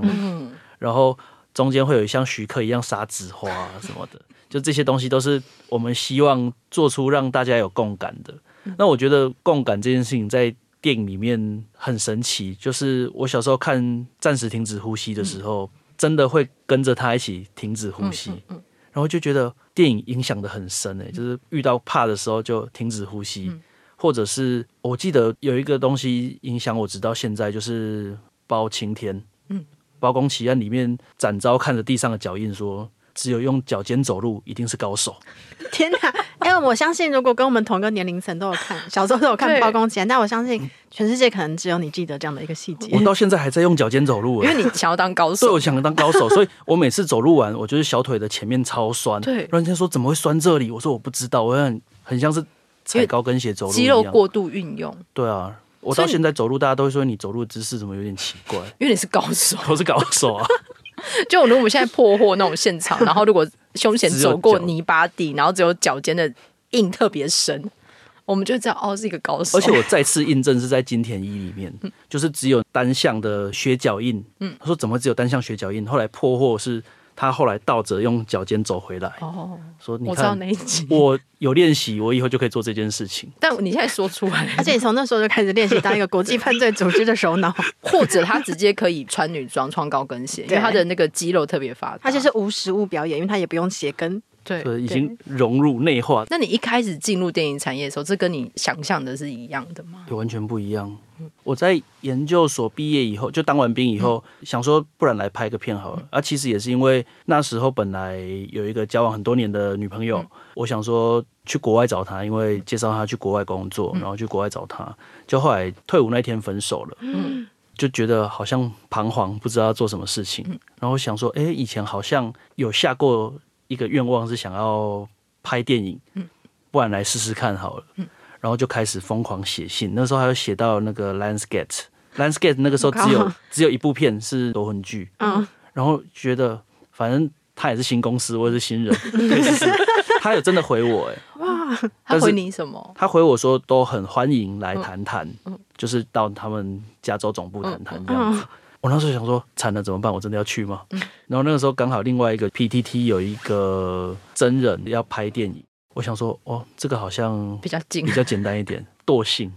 Speaker 4: 然后中间会有像徐克一样撒纸花啊什么的，就这些东西都是我们希望做出让大家有共感的。那我觉得共感这件事情在电影里面很神奇，就是我小时候看《暂时停止呼吸》的时候，真的会跟着他一起停止呼吸。然后就觉得电影影响的很深诶、就是遇到怕的时候就停止呼吸，或者是我记得有一个东西影响我直到现在，就是《包青天》。
Speaker 2: 嗯
Speaker 4: 嗯，《包公奇案》里面展昭看着地上的脚印说：“只有用脚尖走路，一定是高手。
Speaker 3: 天哪！哎、我相信如果跟我们同个年龄层都有看，小时候都有看
Speaker 2: 对
Speaker 3: 《包公奇案》，但我相信全世界可能只有你记得这样的一个细”节
Speaker 4: 嗯我。到现在还在用脚尖走路、
Speaker 2: 因
Speaker 4: 欸，
Speaker 2: 为你想要当高
Speaker 4: 所以
Speaker 2: 手
Speaker 4: 我，想当高手，所以我每次走路完，我就是小腿的前面超酸。
Speaker 2: 对
Speaker 4: 然后人家说怎么会酸这里？我说我不知道，我很很像是
Speaker 2: 因
Speaker 4: 踩
Speaker 2: 为
Speaker 4: 高跟鞋走路一
Speaker 2: 肌肉
Speaker 4: 样。
Speaker 2: 过度运用，
Speaker 4: 对啊，我
Speaker 2: 所以
Speaker 4: 到
Speaker 2: 你
Speaker 4: 现在走路，大家都会说你走路的姿势怎么有点奇怪。
Speaker 2: 因为你是高手。
Speaker 4: 我是高手啊，
Speaker 2: 就如果我们现在破获那种现 场，然后如果凶险
Speaker 4: 只有
Speaker 2: 走过
Speaker 4: 脚
Speaker 2: 泥巴地，然后只有脚尖的印特别深，我们就知道哦是一个高手。
Speaker 4: 而且我再次印证是在金田一里面，
Speaker 2: 嗯
Speaker 4: 就是只有单向的靴脚印。嗯，他说怎么只有单向靴脚印？后来破获是他后来倒着用脚尖走回来，
Speaker 2: 哦，
Speaker 4: 说你
Speaker 2: 我知道
Speaker 4: 看
Speaker 2: 那一集，
Speaker 4: 我有练习，我以后就可以做这件事情。
Speaker 2: 但你现在说出来，
Speaker 3: 而且你从那时候就开始练习当一个国际犯罪组织的首脑，
Speaker 2: 或者他直接可以穿女装、穿高跟鞋，因为
Speaker 3: 对
Speaker 2: 他的那个肌肉特别发达。
Speaker 3: 他就是无实物表演，因为他也不用鞋跟。
Speaker 2: 对
Speaker 4: 对，已经融入内化，
Speaker 2: 那你一开始进入电影产业的时候，这跟你想象的是一样的吗？
Speaker 4: 完全不一样。
Speaker 2: 嗯
Speaker 4: 我在研究所毕业以后，就当完兵以后，
Speaker 2: 嗯
Speaker 4: 想说不然来拍个片好了。啊，其实也是因为那时候本来有一个交往很多年的女朋友，
Speaker 2: 嗯
Speaker 4: 我想说去国外找她，因为介绍她去国外工作，然后去国外找她。就后来退伍那天分手了，
Speaker 2: 嗯
Speaker 4: 就觉得好像彷徨，不知道要做什么事情。然后想说，哎、以前好像有下过一个愿望是想要拍电影，不然来试试看好了。然后就开始疯狂写信，那时候还有写到那个 Landscape。Landscape 那个时候只有只有一部片是夺魂剧，
Speaker 3: 嗯，
Speaker 4: 然后觉得反正他也是新公司，我也是 新人，可以试试他有真的回我、哎，
Speaker 2: 他
Speaker 4: 但是
Speaker 2: 回你什么？
Speaker 4: 他回我说都很欢迎
Speaker 2: 嗯
Speaker 4: 来谈谈，就是到他们加州总部谈谈这样
Speaker 2: 嗯
Speaker 4: 子。我那时候想说，惨了怎么办？我真的要去吗？然后那个时候刚好另外一个 PTT 有一个真人要拍电影，我想说，哦，这个好像
Speaker 2: 比较近
Speaker 4: 比，较简单一点，惰性。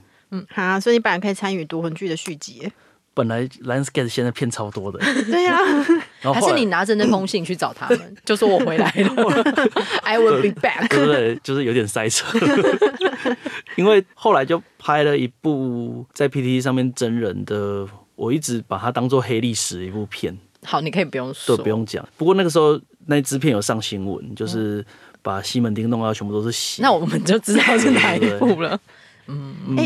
Speaker 3: 好、啊，所以你本来可以参与夺魂剧的续集。
Speaker 4: 本来 Landscape 现在片超多 的，
Speaker 3: 对呀、啊，
Speaker 4: 然后
Speaker 2: 还
Speaker 4: 后
Speaker 2: 是
Speaker 4: 来
Speaker 2: 你拿着那封信去找他们， 就说我回来了 ，I will be
Speaker 4: 对
Speaker 2: back。
Speaker 4: 不对？ 就是有点塞车，因为后来就拍了一部在 PTT 上面真人的，我一直把它当做黑历史的一部片，
Speaker 2: 好，你可以不用说，
Speaker 4: 对，不。用讲。不过那个时候那支片有上新闻，就是把西门町弄到全部都是
Speaker 2: 嗯
Speaker 4: 血。
Speaker 2: 那我们就知道是哪一部了。
Speaker 3: 哎、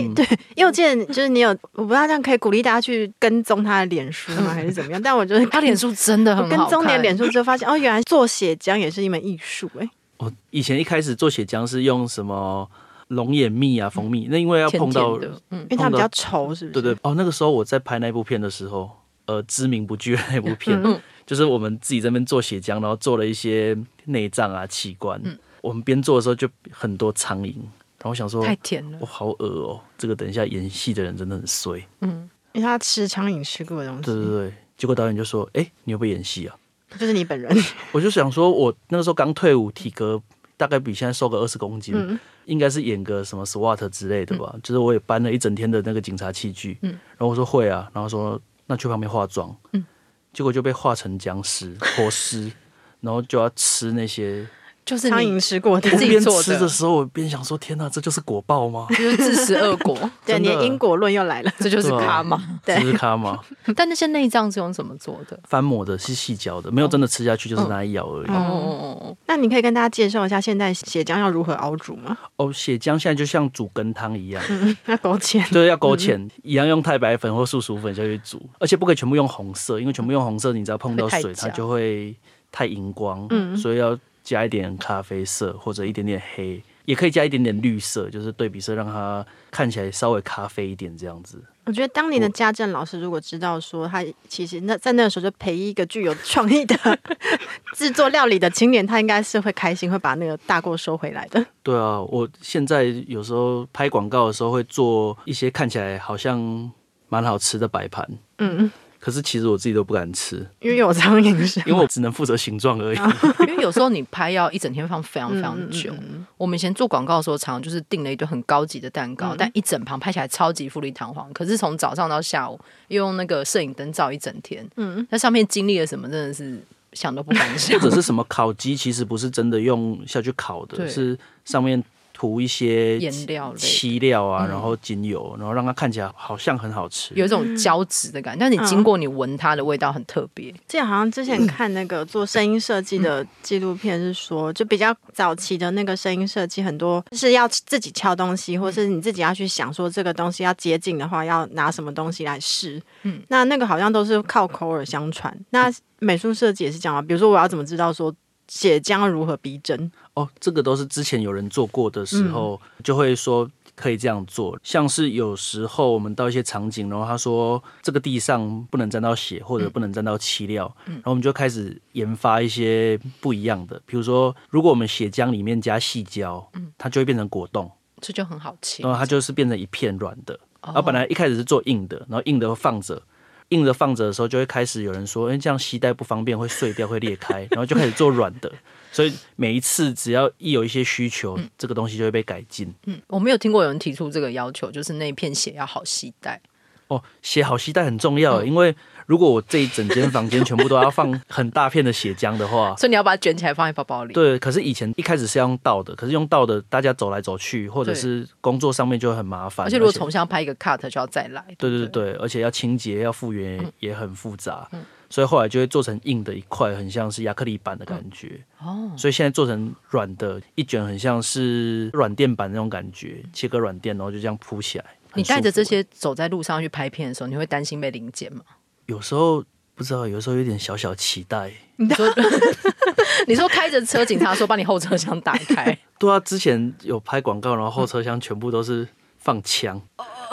Speaker 4: 嗯
Speaker 3: 对，因为我记得就是你有，我不知道这样可以鼓励大家去跟踪他的脸书吗，还是怎么样？但我觉 得
Speaker 2: 他脸书真的很
Speaker 3: 我
Speaker 2: 好
Speaker 3: 跟
Speaker 2: 看
Speaker 3: 踪你的脸书之后，发现哦，原来做血浆也是一门艺术哎。
Speaker 4: 我哦以前一开始做血浆是用什么龙眼蜜啊、蜂蜜，那因为要
Speaker 2: 甜
Speaker 4: 碰
Speaker 2: 甜
Speaker 4: 到，
Speaker 2: 的，嗯，
Speaker 3: 因为它比较稠，是不是？
Speaker 4: 对对哦，那个时候我在拍那部片的时候，呃，知名不具的那部片，
Speaker 2: 嗯
Speaker 4: 就是我们自己这边做血浆，然后做了一些内脏啊、器官。
Speaker 2: 嗯
Speaker 4: 我们边做的时候就很多苍蝇，然后我想说，
Speaker 2: 太甜了
Speaker 4: 我、。好恶哦、这个等一下演戏的人真的很衰。
Speaker 3: 因为他吃苍蝇吃过的东
Speaker 4: 对对
Speaker 3: 西，
Speaker 4: 对，结果导演就说：“哎、你会不会演戏啊
Speaker 3: 就是你本人。？”
Speaker 4: 我就想说，我那个时候刚退伍，体格大概比现在瘦个二十公斤，
Speaker 2: 嗯
Speaker 4: 应该是演个什么 SWAT 之类的吧。就是我也搬了一整天的那个警察器具，
Speaker 2: 嗯
Speaker 4: 然后我说会啊，然后说那去旁边化妆，结果就被化成僵尸、活尸，然后就要吃那些
Speaker 2: 就是
Speaker 3: 苍
Speaker 2: 你
Speaker 3: 蝇吃过的
Speaker 2: 自，己
Speaker 4: 边
Speaker 2: 做的
Speaker 4: 吃的时候，我边想说：天哪，这就是果报吗？
Speaker 2: 就是自食恶 果，
Speaker 3: 对，
Speaker 4: 真
Speaker 3: 你
Speaker 4: 的
Speaker 3: 的因果论又来了。
Speaker 2: 这就是
Speaker 4: 对啊
Speaker 2: 卡嘛。
Speaker 4: 这
Speaker 3: 对，
Speaker 4: 是卡嘛？
Speaker 2: 但那些内脏是用什么做的？
Speaker 4: 翻抹的是细嚼的，没有真的吃下去，就是拿来咬而已。
Speaker 3: 嗯
Speaker 2: 哦哦哦，
Speaker 3: 那你可以跟大家介绍一下现代血浆要如何熬煮吗？
Speaker 4: 哦，血浆现在就像煮羹汤一样，
Speaker 3: 那狗 浅，
Speaker 4: 就是要勾
Speaker 2: 嗯
Speaker 4: 芡，一样用太白粉或素薯粉下去煮，而且不可以全部用红色，因为全部用红色，你只要碰到
Speaker 2: 会
Speaker 4: 水，
Speaker 2: 太假
Speaker 4: 它就会太荧光，
Speaker 3: 嗯
Speaker 4: 所以要加一点咖啡色或者一点点黑，也可以加一点点绿色，就是对比色，让它看起来稍微咖啡一点这样子。
Speaker 3: 我觉得当年的家政老师如果知道说他其实那在那个时候就培育一个具有创意 的制作料理的青年，他应该是会开心，会把那个大锅收回来的。
Speaker 4: 对啊，我现在有时候拍广告的时候会做一些看起来好像蛮好吃的摆盘，
Speaker 3: 嗯，
Speaker 4: 可是其实我自己都不敢吃，
Speaker 3: 因为有苍蝇是吗
Speaker 4: 因为我只能负责形状而已。
Speaker 2: 因为有时候你拍要一整天放非常非
Speaker 3: 嗯
Speaker 2: 常久。我们以前做广告的时候，常常就是订了一堆很高级的蛋
Speaker 3: 嗯
Speaker 2: 糕，但一整盘拍起来超级富丽堂皇。可是从早上到下午，又用那个摄影灯照一整天，嗯，那上面经历了什么，真的是想都不敢想。
Speaker 4: 或者是什么烤鸡，其实不是真的用下去烤 的，
Speaker 2: 对
Speaker 4: 是上面涂一些
Speaker 2: 颜料类的嗯
Speaker 4: 漆料啊，然后精油，然后让它看起来好像很好吃。
Speaker 2: 有一种胶质的感觉，但你经过你闻它的味道很特别，
Speaker 3: 之前好像 之前看那个做声音设计
Speaker 2: 嗯
Speaker 3: 的纪录片，是说就比较早期的那个声音设计，很多是要自己敲东西，或是你自己要去想说这个东西要接近的话，要拿什么东西来试。嗯，那那个好像都是靠口耳相传。那美术设计也是这样啊，比如说我要怎么知道说血浆如何逼真？
Speaker 4: 哦，这个都是之前有人做过的时候，
Speaker 2: 嗯
Speaker 4: 就会说可以这样做。像是有时候我们到一些场景，然后他说这个地上不能沾到血，或者
Speaker 2: 嗯
Speaker 4: 不能沾到漆料，然后我们就开始研发一些不一样的。比如说，如果我们血浆里面加细胶，
Speaker 2: 嗯
Speaker 4: 它就会变成果冻，
Speaker 2: 这就很好吃
Speaker 4: 然。啊后它就是变成一片软的。
Speaker 2: 哦
Speaker 4: 然后本来一开始是做硬的，然后硬的放着。硬的放着的时候，就会开始有人说：“哎、这样携带不方便，会碎掉，会裂开。”然后就开始做软的， 所以每一次只要一有一些需求，
Speaker 2: 嗯
Speaker 4: 这个东西就会被改进。
Speaker 2: 我没有听过有人提出这个要求，就是那一片血要好携带。，
Speaker 4: 哦，写好携带很重要，欸因为如果我这一整间房间全部都要放很大片的血浆的 话
Speaker 2: 所以你要把它卷起来放在包包里。
Speaker 4: 对。可是以前一开始是要用倒的，可是用倒的，大家走来走去，或者
Speaker 2: 对
Speaker 4: 是工作上面就会很麻烦。
Speaker 2: 而且如果重新要拍一个 cut，就要再来。
Speaker 4: 对
Speaker 2: 不
Speaker 4: 对对，而且要清洁、要复原
Speaker 2: 嗯
Speaker 4: 也很复杂，所以后来就会做成硬的一块，很像是亚克力板的感觉。
Speaker 2: 哦，
Speaker 4: 所以现在做成软的，一卷很像是软垫板那种感觉，切割软垫，然后就这样铺起来。
Speaker 2: 你
Speaker 4: 很舒
Speaker 2: 带着
Speaker 4: 服
Speaker 2: 这，些走在路上去拍片的时候，你会担心被临检吗？
Speaker 4: 有时候不知道，有时候有点小小期待。
Speaker 2: 你说， 你说开着车，警察说把你后车厢打 开，
Speaker 4: 对啊，之前有拍广告，然后
Speaker 2: 嗯
Speaker 4: 后车厢全部都是放枪，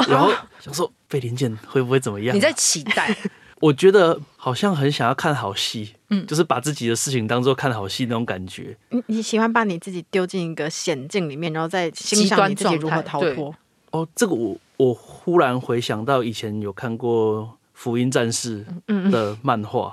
Speaker 4: 然后想说被零检会不会怎么样啊、
Speaker 2: 哦你在期待，
Speaker 4: 我觉得好像很想要看好戏，嗯，就是把自己的事情当做看好戏那种感觉。
Speaker 3: 你你喜欢把你自己丢进一个险境里面，然后再欣
Speaker 2: 极
Speaker 3: 赏
Speaker 2: 端
Speaker 3: 你自
Speaker 2: 状
Speaker 3: 己如何
Speaker 2: 态
Speaker 3: 逃
Speaker 2: 对
Speaker 3: 脱？
Speaker 4: 哦，这个我我忽然回想到以前有看过《福音战士》
Speaker 3: 嗯
Speaker 4: 的漫画，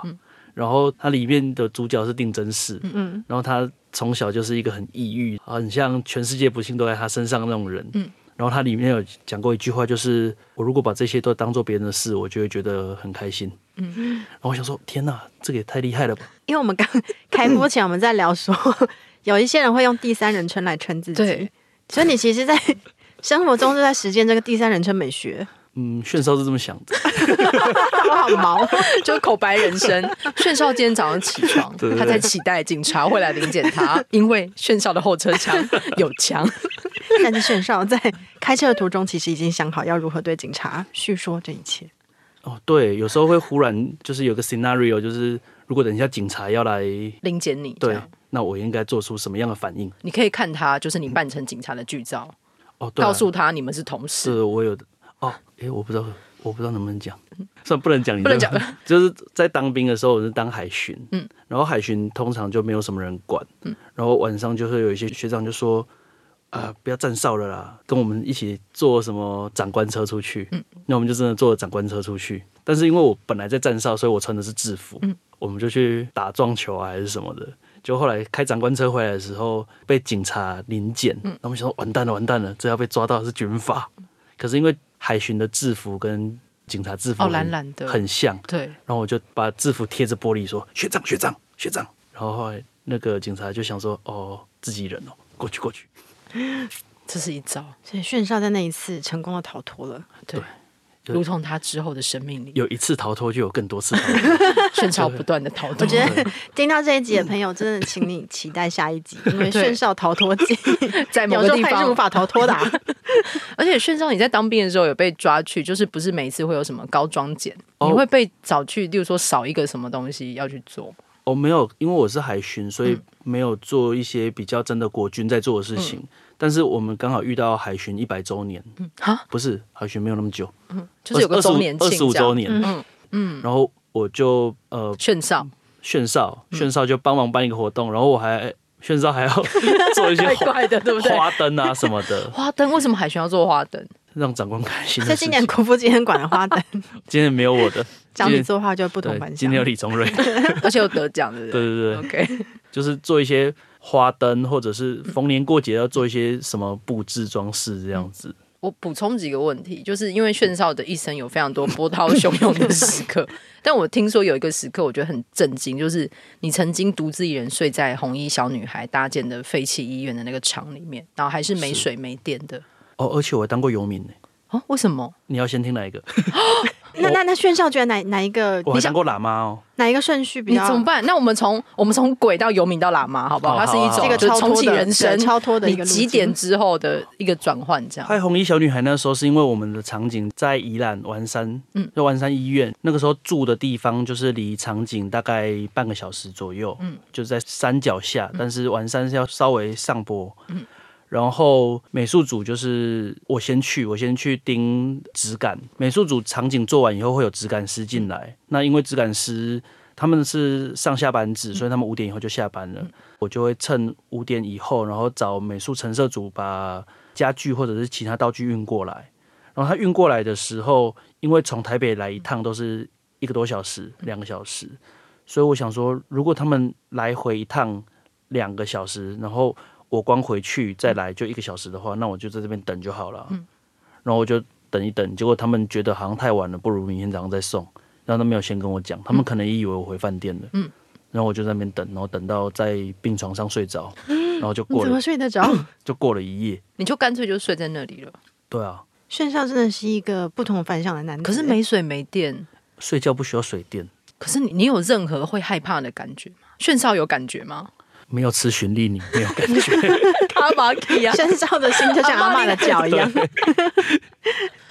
Speaker 4: 然后它里面的主角是定真寺，
Speaker 3: 嗯
Speaker 4: 然后他从小就是一个很抑郁，很像全世界不幸都在他身上那种人，
Speaker 3: 嗯
Speaker 4: 然后它里面有讲过一句话，就是我如果把这些都当做别人的事，我就会觉得很开心。嗯，然后我想说，天哪，这个也太厉害了吧！
Speaker 3: 因为我们刚开播前我们在聊说，有一些人会用第三人称来称自己
Speaker 2: 对，
Speaker 3: 所以你其实，在生活中就在实践这个第三人称美学，
Speaker 4: 嗯，炫少是这么想的，
Speaker 3: 我好毛。
Speaker 2: 就是口白人生。 炫少今天早上起床，
Speaker 4: 对对
Speaker 2: 他在期待警察会来临检他，因为炫少的后车厢有枪。
Speaker 3: 但是炫少在开车的途中，其实已经想好要如何对警察叙说这一切。
Speaker 4: 哦，对，有时候会忽然就是有个 scenario，就是如果等一下警察要来，
Speaker 2: 临检你，这
Speaker 4: 对
Speaker 2: 样，
Speaker 4: 那我应该做出什么样的反应？
Speaker 2: 你可以看他，就是你扮成警察的剧照，
Speaker 4: 哦，对啊、
Speaker 2: 告诉他你们是同事。
Speaker 4: 是我有的哦，诶，我不知道，我不知道能不能讲，算不能讲，
Speaker 2: 嗯不能讲。
Speaker 4: 就是在当兵的时候，我是当海巡，嗯，然后海巡通常就没有什么人管，嗯，然后晚上就会有一些学长就说，啊、不要站哨了啦，跟我们一起坐什么长官车出去，嗯，那我们就真的坐长官车出去，但是因为我本来在站哨，所以我穿的是制服，嗯，我们就去打撞球啊还是什么的。就后来开长官车回来的时候，被警察临检，嗯，他们想说完蛋了，完蛋了，这要被抓到是军法，
Speaker 2: 嗯
Speaker 4: 可是因为海巡的制服跟警察制服
Speaker 2: 哦
Speaker 4: 很
Speaker 2: 蓝蓝的
Speaker 4: 很像，
Speaker 2: 对，
Speaker 4: 然后我就把制服贴着玻璃说：“学长，学长，学长。”然后后来那个警察就想说，哦，自己人哦，过去过去。
Speaker 2: 这是一招，
Speaker 3: 所以炫少在那一次成功的逃脱了。
Speaker 2: 对，
Speaker 4: 对
Speaker 2: 如同他之后的生命里，
Speaker 4: 有一次逃脱就有更多次逃脱，
Speaker 2: 炫超不断的逃脱
Speaker 3: 我。觉得听到这一集的朋友，真的请你期待下一集，因为
Speaker 2: 嗯 对
Speaker 3: 炫少逃脱记
Speaker 2: 在某
Speaker 3: 有
Speaker 2: 个
Speaker 3: 时候
Speaker 2: 地
Speaker 3: 他也是无
Speaker 2: 方，
Speaker 3: 法逃脱 的啊、
Speaker 2: 而且炫少你在当兵的时候有被抓去，就是不是每一次会有什么高装检，
Speaker 4: 哦
Speaker 2: 你会被找去，例如说少一个什么东西要去做。
Speaker 4: 哦，没有，因为我是海巡，所
Speaker 2: 嗯
Speaker 4: 以没有做一些比较真的国军在做的事
Speaker 2: 嗯
Speaker 4: 情。但是我们刚好遇到海巡一百周年，
Speaker 2: 哈，
Speaker 4: 不是海巡没有那么久，
Speaker 2: 就是有个周年庆
Speaker 4: 二十五
Speaker 2: 这样
Speaker 4: 周年。
Speaker 2: 嗯
Speaker 4: 嗯，然后我就呃
Speaker 2: 炫少，
Speaker 4: 炫少，
Speaker 2: 嗯
Speaker 4: 炫少就帮忙办一个活动，然后我还炫少还要做一些 花
Speaker 2: 怪的对不对
Speaker 4: 花灯啊什么的，
Speaker 2: 花灯为什么海巡要做花灯？
Speaker 4: 让长官开心的
Speaker 3: 所以
Speaker 4: 事
Speaker 3: 今
Speaker 4: 情。
Speaker 3: 年国父纪念馆的花灯，
Speaker 4: 今天没有 我的，
Speaker 3: 找
Speaker 4: 今
Speaker 3: 你
Speaker 4: 天
Speaker 3: 作画就不同
Speaker 4: 对，
Speaker 3: 凡
Speaker 4: 今
Speaker 3: 响
Speaker 4: 天。有李宗瑞，对
Speaker 2: 而且有得奖，对不
Speaker 4: 对
Speaker 2: 对
Speaker 4: 对。
Speaker 2: ？OK，
Speaker 4: 就是做一些花灯，或者是逢年过节要做一些什么布置装饰这样子。
Speaker 2: 我补充几个问题，就是因为炫少的一生有非常多波涛汹涌的时刻，但我听说有一个时刻，我觉得很震惊，就是你曾经独自一人睡在红衣小女孩搭建的废弃医院的那个厂里面，然后还是没水没电的。
Speaker 4: 哦，而且我还当过游民呢。
Speaker 2: 哦，为什么？
Speaker 4: 你要先听哪 一个？
Speaker 3: 那那那炫少觉得哪哪一个
Speaker 4: 我
Speaker 3: 你
Speaker 4: 还
Speaker 3: 想
Speaker 4: 当过喇嘛哦。
Speaker 3: 哪一个顺序比
Speaker 2: 你
Speaker 3: 较
Speaker 2: 怎么办？那我们从我们从鬼到游民到喇嘛，好不好？
Speaker 4: 哦
Speaker 2: 它是一
Speaker 4: 好
Speaker 2: 种
Speaker 4: 啊
Speaker 3: 这个
Speaker 2: 就是
Speaker 3: 超脱
Speaker 2: 重启
Speaker 3: 的
Speaker 2: 人生、
Speaker 3: 对超脱的一个
Speaker 2: 你
Speaker 3: 路
Speaker 2: 几
Speaker 3: 径
Speaker 2: 点之后的一个转换，这样
Speaker 4: 拍红衣小女孩那时候是因为我们的场景在宜兰丸山，嗯，就丸山医院那个时候住的地方就是离场景大概半个小时左右，嗯，就在山脚下，但是丸山是要稍微上坡，嗯。然后美术组就是我先去，我先去盯质感。美术组场景做完以后会有质感师进来，那因为质感师他们是上下班制，所以他们五点以后就下班了。我就会趁五点以后，然后找美术陈设组把家具或者是其他道具运过来。然后他运过来的时候，因为从台北来一趟都是一个多小时、两个小时，所以我想说，如果他们来回一趟两个小时，然后我光回去再来就一个小时的话，那我就在这边等就好了。
Speaker 3: 嗯
Speaker 4: 然后我就等一等，结果他们觉得好像太晚了，不如明天早上再送。然后他没有先跟我
Speaker 3: 嗯
Speaker 4: 讲，他们可能也以为我回饭店了。嗯，然后我就在那边等，然后等到在病床上睡着，然后就
Speaker 3: 嗯你
Speaker 4: 过
Speaker 3: 怎么
Speaker 4: 了，
Speaker 3: 睡得 着？
Speaker 4: 就过了一夜。
Speaker 2: 你就干脆就睡在那里了。
Speaker 4: 对啊，
Speaker 3: 炫少真的是一个不同凡响的男子，
Speaker 2: 可 是没水没电，
Speaker 4: 睡觉不需要水电，
Speaker 2: 可是你你有任何会害怕的感觉吗？炫少有感觉吗？
Speaker 4: 没有吃循例你没有感 觉，
Speaker 2: 卡玛基啊，
Speaker 3: 炫少的心就 像阿妈的脚一样。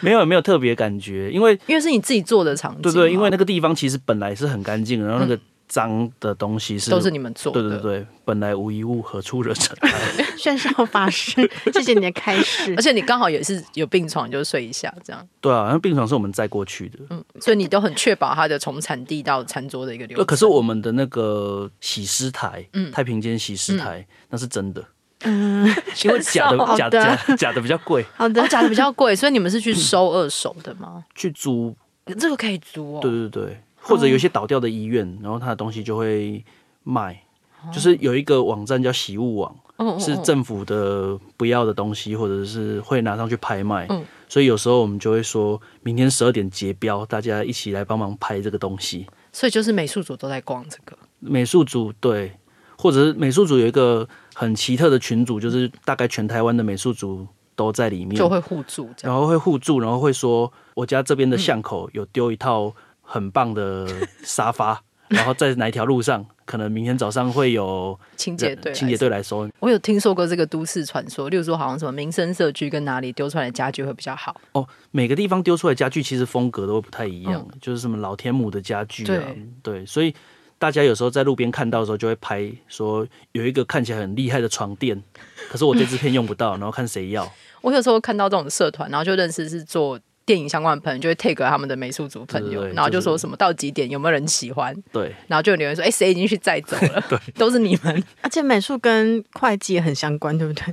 Speaker 4: 没有没有特别感觉，因为
Speaker 2: 因为是你自己做的场景嘛，
Speaker 4: 对对，因为那个地方其实本来是很干净的，然后那个脏的东西是
Speaker 2: 都是你们做的，
Speaker 4: 对对对，本来无一物，何处惹尘 埃？
Speaker 3: 炫少法师，谢谢你的开示
Speaker 2: 而。且你刚好也是有病床，你就睡一下这样，
Speaker 4: 对啊，那病床是我们载过去的，
Speaker 2: 嗯，所以你都很确保它的从产地到餐桌的一个流
Speaker 4: 对，
Speaker 2: 程。
Speaker 4: 呃可是我们的那个洗尸台，
Speaker 2: 嗯
Speaker 4: 太平间洗尸台、那是真的， 因 为假的
Speaker 3: 好
Speaker 4: 假
Speaker 3: 的
Speaker 4: 假假的比较贵，
Speaker 3: 好
Speaker 2: 哦
Speaker 3: 的，
Speaker 2: 假的比较贵，所以你们是去收二手的吗？
Speaker 4: 去租，
Speaker 2: 这个可以租哦，
Speaker 4: 对对对，或者有一些倒掉的医院，然后他的东西就会卖，
Speaker 2: 哦
Speaker 4: 就是有一个网站叫洗物网，
Speaker 2: 嗯，嗯嗯
Speaker 4: 是政府的不要的东西，或者是会拿上去拍卖
Speaker 2: 嗯，
Speaker 4: 所以有时候我们就会说明天十二点结标，大家一起来帮忙拍这个东西，
Speaker 2: 所以就是美术组都在逛这个，
Speaker 4: 美术组对，或者是美术组有一个很奇特的群组，就是大概全台湾的美术组都在里面，
Speaker 2: 就会互助这样。
Speaker 4: 嗯然后会互助，然后会说我家这边的巷口有丢一套很棒的沙发，然后在哪一条路上，可能明天早上会有
Speaker 2: 清洁队来收，
Speaker 4: 清洁队来收。
Speaker 2: 我有听说过这个都市传说，例如说好像什么民生社区跟哪里丢出来的家具会比较好，
Speaker 4: 哦，每个地方丢出来家具其实风格都不太一样，就是什么老天母的家具啊，对，所以大家有时候在路边看到的时候，就会拍说有一个看起来很厉害的床垫，可是我这支片用不到，然后看谁要，
Speaker 2: 我有时候看到这种社团，然后就认识是做电影相关的朋友，就会 take 他们的美术组朋友，
Speaker 4: 对对对
Speaker 2: 然后就
Speaker 4: 就
Speaker 2: 说
Speaker 4: 是
Speaker 2: 什么到几点有没有人喜欢，
Speaker 4: 对，
Speaker 2: 然后就有留言说，哎、谁已经去载走 了？都是你们。
Speaker 3: 而且美术跟会计也很相关，对不对？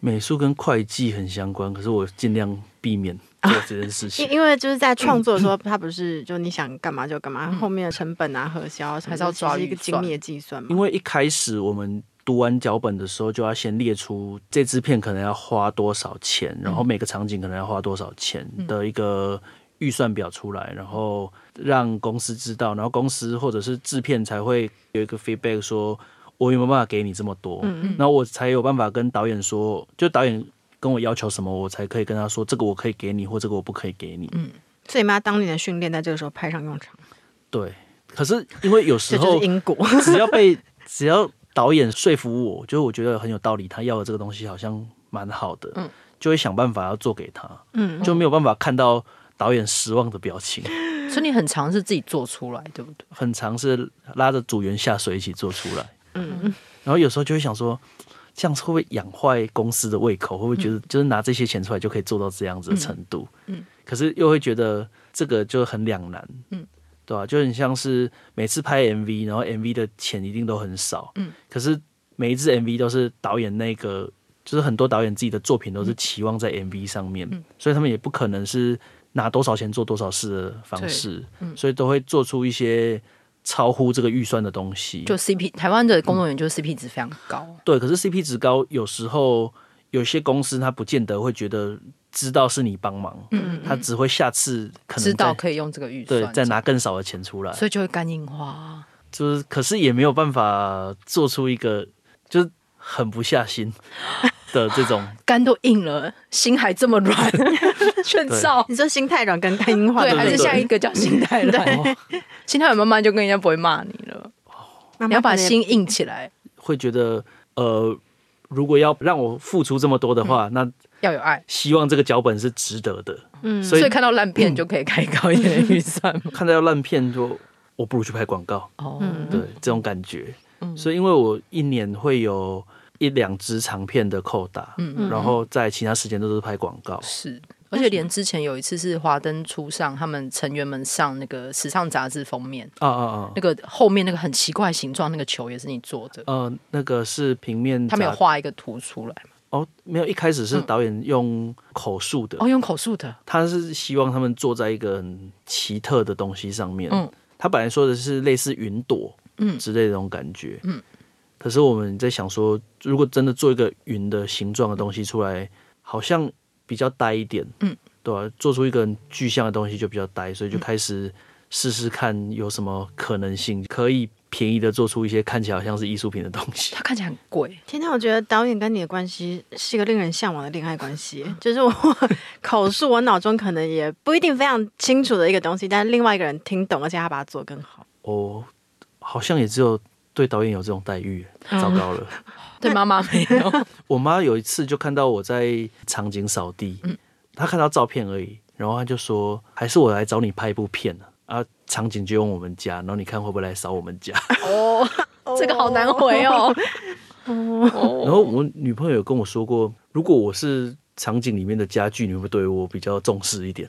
Speaker 4: 美术跟会计很相关，可是我尽量避免做这 件事情
Speaker 3: 因。因为就是在创作的
Speaker 2: 嗯
Speaker 3: 时候，它不是就你想干嘛就干嘛，后面的成本啊、核销啊什么的
Speaker 2: 还是要抓
Speaker 3: 其实一个
Speaker 2: 预算
Speaker 3: 精密的计算嘛
Speaker 4: 因。为一开始我们读完脚本的时候，就要先列出这支片可能要花多少钱，然后
Speaker 3: 嗯
Speaker 4: 每个场景可能要花多少钱的一个预算表出来，然后让公司知道，然后公司或者是制片才会有一个 feedback 说。我有没有办法给你这么多？
Speaker 3: 嗯
Speaker 4: 然后我才有办法跟导演说，就导演跟我要求什么，我才可以跟他说这个我可以给你，或这个我不可以给你。
Speaker 3: 嗯所以妈当年的训练在这个时候派上用场，
Speaker 4: 对，可是因为有
Speaker 3: 这
Speaker 4: 时
Speaker 3: 就
Speaker 4: 候
Speaker 3: 是因果。
Speaker 4: 只要被只要导演说服我，就是我觉得很有道理，他要的这个东西好像蛮好的，
Speaker 2: 嗯
Speaker 4: 就会想办法要做给他，
Speaker 3: 嗯
Speaker 4: 就没有办法看到导演失望的表情，
Speaker 2: 所以你很常是自己做出来，对不对？
Speaker 4: 很常是拉着组员下水一起做出来，
Speaker 3: 嗯，
Speaker 4: 然后有时候就会想说。这样子会不会养坏公司的胃口？会不会觉得就是拿这些钱出来就可以做到这样子的程度？
Speaker 2: 嗯嗯
Speaker 4: 可是又会觉得这个就很两难，
Speaker 2: 嗯，
Speaker 4: 对吧、就很像是每次拍 MV，然后 MV 的钱一定都很少，
Speaker 2: 嗯，
Speaker 4: 可是每一支 MV 都是导演那个，就是很多导演自己的作品都是期望在 MV 上面，
Speaker 2: 嗯
Speaker 4: 所以他们也不可能是拿多少钱做多少事的方式，所以都会做出一些超乎这个预算的东西，
Speaker 2: 就 CP 台湾的工作人员就是 CP 值非常高，
Speaker 4: 对，可是 CP 值高，有时候有些公司他不见得会觉得知道是你帮忙，
Speaker 2: 嗯
Speaker 4: 他只会下次嗯可能
Speaker 2: 知道
Speaker 4: 再
Speaker 2: 可以用这个预
Speaker 4: 对
Speaker 2: 算，
Speaker 4: 再拿更少的钱出来，
Speaker 2: 所以就会肝硬化啊。
Speaker 4: 就是可是也没有办法做出一个就是狠不下心 的这种，
Speaker 2: 肝都硬了，心还这么软， 劝造。
Speaker 3: 你说心太软跟肝硬化，
Speaker 2: 对，还是
Speaker 4: 对对
Speaker 2: 下一个叫心太软。 心太软，慢慢就跟人家不会骂你了。
Speaker 3: 妈妈
Speaker 2: 你要把
Speaker 3: 可能也
Speaker 2: 心硬起来，
Speaker 4: 会觉得呃，如果要让我付出这么多的
Speaker 2: 嗯
Speaker 4: 话，那
Speaker 2: 要有爱。
Speaker 4: 希望这个脚本是值得的。嗯，所
Speaker 2: 所以
Speaker 4: 以
Speaker 2: 看到烂片就可以开高一点的预算嘛。
Speaker 4: 看到烂片就我不如去拍广告。
Speaker 2: 哦，
Speaker 4: 对这种感觉。
Speaker 2: 嗯
Speaker 4: 所以因为我一年会有一两支长片的扣打，然后在其他时间都是拍广告。
Speaker 2: 嗯是，而且连之前有一次是华灯初上，他们成员们上那个时尚杂志封面，
Speaker 4: 啊啊啊！
Speaker 2: 那个后面那个很奇怪形状那个球也是你做的，
Speaker 4: 呃，那个是平面杂，
Speaker 2: 他们有画一嗯个图出来嘛，
Speaker 4: 哦，没有，一开始是导演用口述的，
Speaker 2: 哦，用口述的，
Speaker 4: 他是希望他们坐在一个很奇特的东西上面。
Speaker 2: 嗯
Speaker 4: 他本来说的是类似云朵，嗯之类的那种感觉，
Speaker 2: 嗯。
Speaker 4: 可是我们在想说，如果真的做一个云的形状的东西出来，好像比较呆一点，
Speaker 2: 嗯，
Speaker 4: 对吧、啊做出一个很具象的东西就比较呆，所以就开始试试看有什么可能性，可以便宜的做出一些看起来好像是艺术品的东 西
Speaker 2: 它。看起来很贵，
Speaker 3: 天呐，我觉得导演跟你的关系是一个令人向往的恋爱 关系。就是我口述，我脑中可能也不一定非常清楚的一个东西，但是另外一个人听懂，而且他把它做更好。
Speaker 4: 哦，好像也只有对导演有这种待遇，
Speaker 2: 嗯
Speaker 4: 糟糕了。
Speaker 2: 对妈妈没有，
Speaker 4: 我妈有一次就看到我在场景扫地，她看到照片而已，然后她就说：“还是我来找你拍一部片啊。”啊，场景就用我们家，然后你看会不会来扫我们家？
Speaker 2: 哦， 这个好难回哦，
Speaker 4: 然后我女朋友有跟我说过，如果我是场景里面的家具，你会不会对我比较重视一点？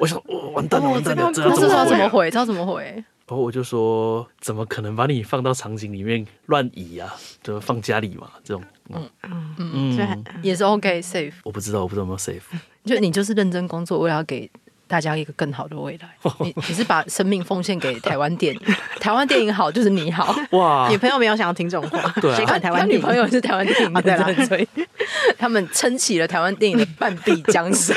Speaker 4: 我想，我、完蛋了，完蛋了，这要
Speaker 2: 那这
Speaker 4: 怎么
Speaker 2: 要
Speaker 4: 回
Speaker 2: 怎么
Speaker 4: 啊？
Speaker 2: 回？这要怎么回？
Speaker 4: 然后我就说，怎么可能把你放到场景里面乱移啊？就放家里嘛，这种。嗯嗯
Speaker 3: 所以还
Speaker 4: 嗯，
Speaker 2: 也是 OK safe，
Speaker 4: 我不知道，我不知道有没有 safe。
Speaker 2: 就你就是认真工作，为了要给。大家一个更好的未来，你你是把生命奉献给台湾电影， 台湾电影好就是你好，
Speaker 4: 哇
Speaker 3: 呃女，朋友没有想要听这种话，
Speaker 4: 对啊
Speaker 3: 谁管台湾
Speaker 2: 他
Speaker 3: 电
Speaker 2: 女
Speaker 3: 影
Speaker 2: 朋？友是台湾电影的
Speaker 3: 啊对啦
Speaker 2: 人，所以 他们撑起了台湾电影的半壁江山。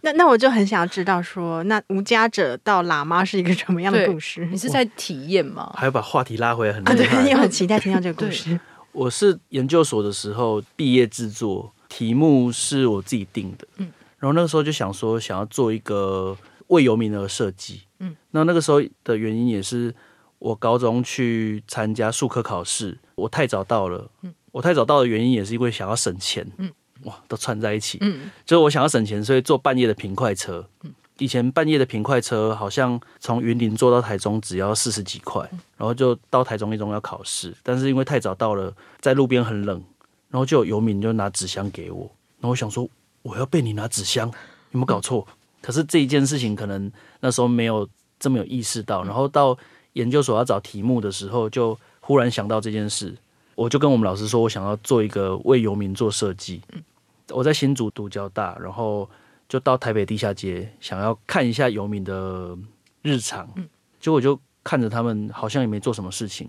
Speaker 3: 那那我就很想要知道说，那无家者到喇嘛是一个什么样的
Speaker 2: 对
Speaker 3: 故事
Speaker 2: 你？是在体验吗？
Speaker 4: 还要把话题拉回来，很
Speaker 3: 啊，
Speaker 4: 厉
Speaker 3: 对，你
Speaker 4: 害。
Speaker 3: 很期待听到这个故事。
Speaker 4: 我是研究所的时候毕业制作，题目是我自己定的，嗯，然后那个时候就想说想要做一个为游民而设计，嗯，那那个时候的原因也是我高中去参加数科考试，我太早到了，嗯，我太早到的原因也是因为想要省钱，嗯，哇，都串在一起，
Speaker 2: 嗯，
Speaker 4: 就是我想要省钱，所以坐半夜的平快车，嗯。以前半夜的平快车好像从云林坐到台中只要四十几块，然后就到台中一中要考试，但是因为太早到了，在路边很冷，然后就有游民就拿纸箱给我，然后我想说我要被你拿纸箱，有没有搞错？可是这一件事情可能那时候没有这么有意识到，然后到研究所要找题目的时候，就忽然想到这件事，我就跟我们老师说我想要做一个为游民做设计。我在新竹读交大，然后就到台北地下街，想要看一下游民的日常，结果我就看着他们好像也没做什么事情，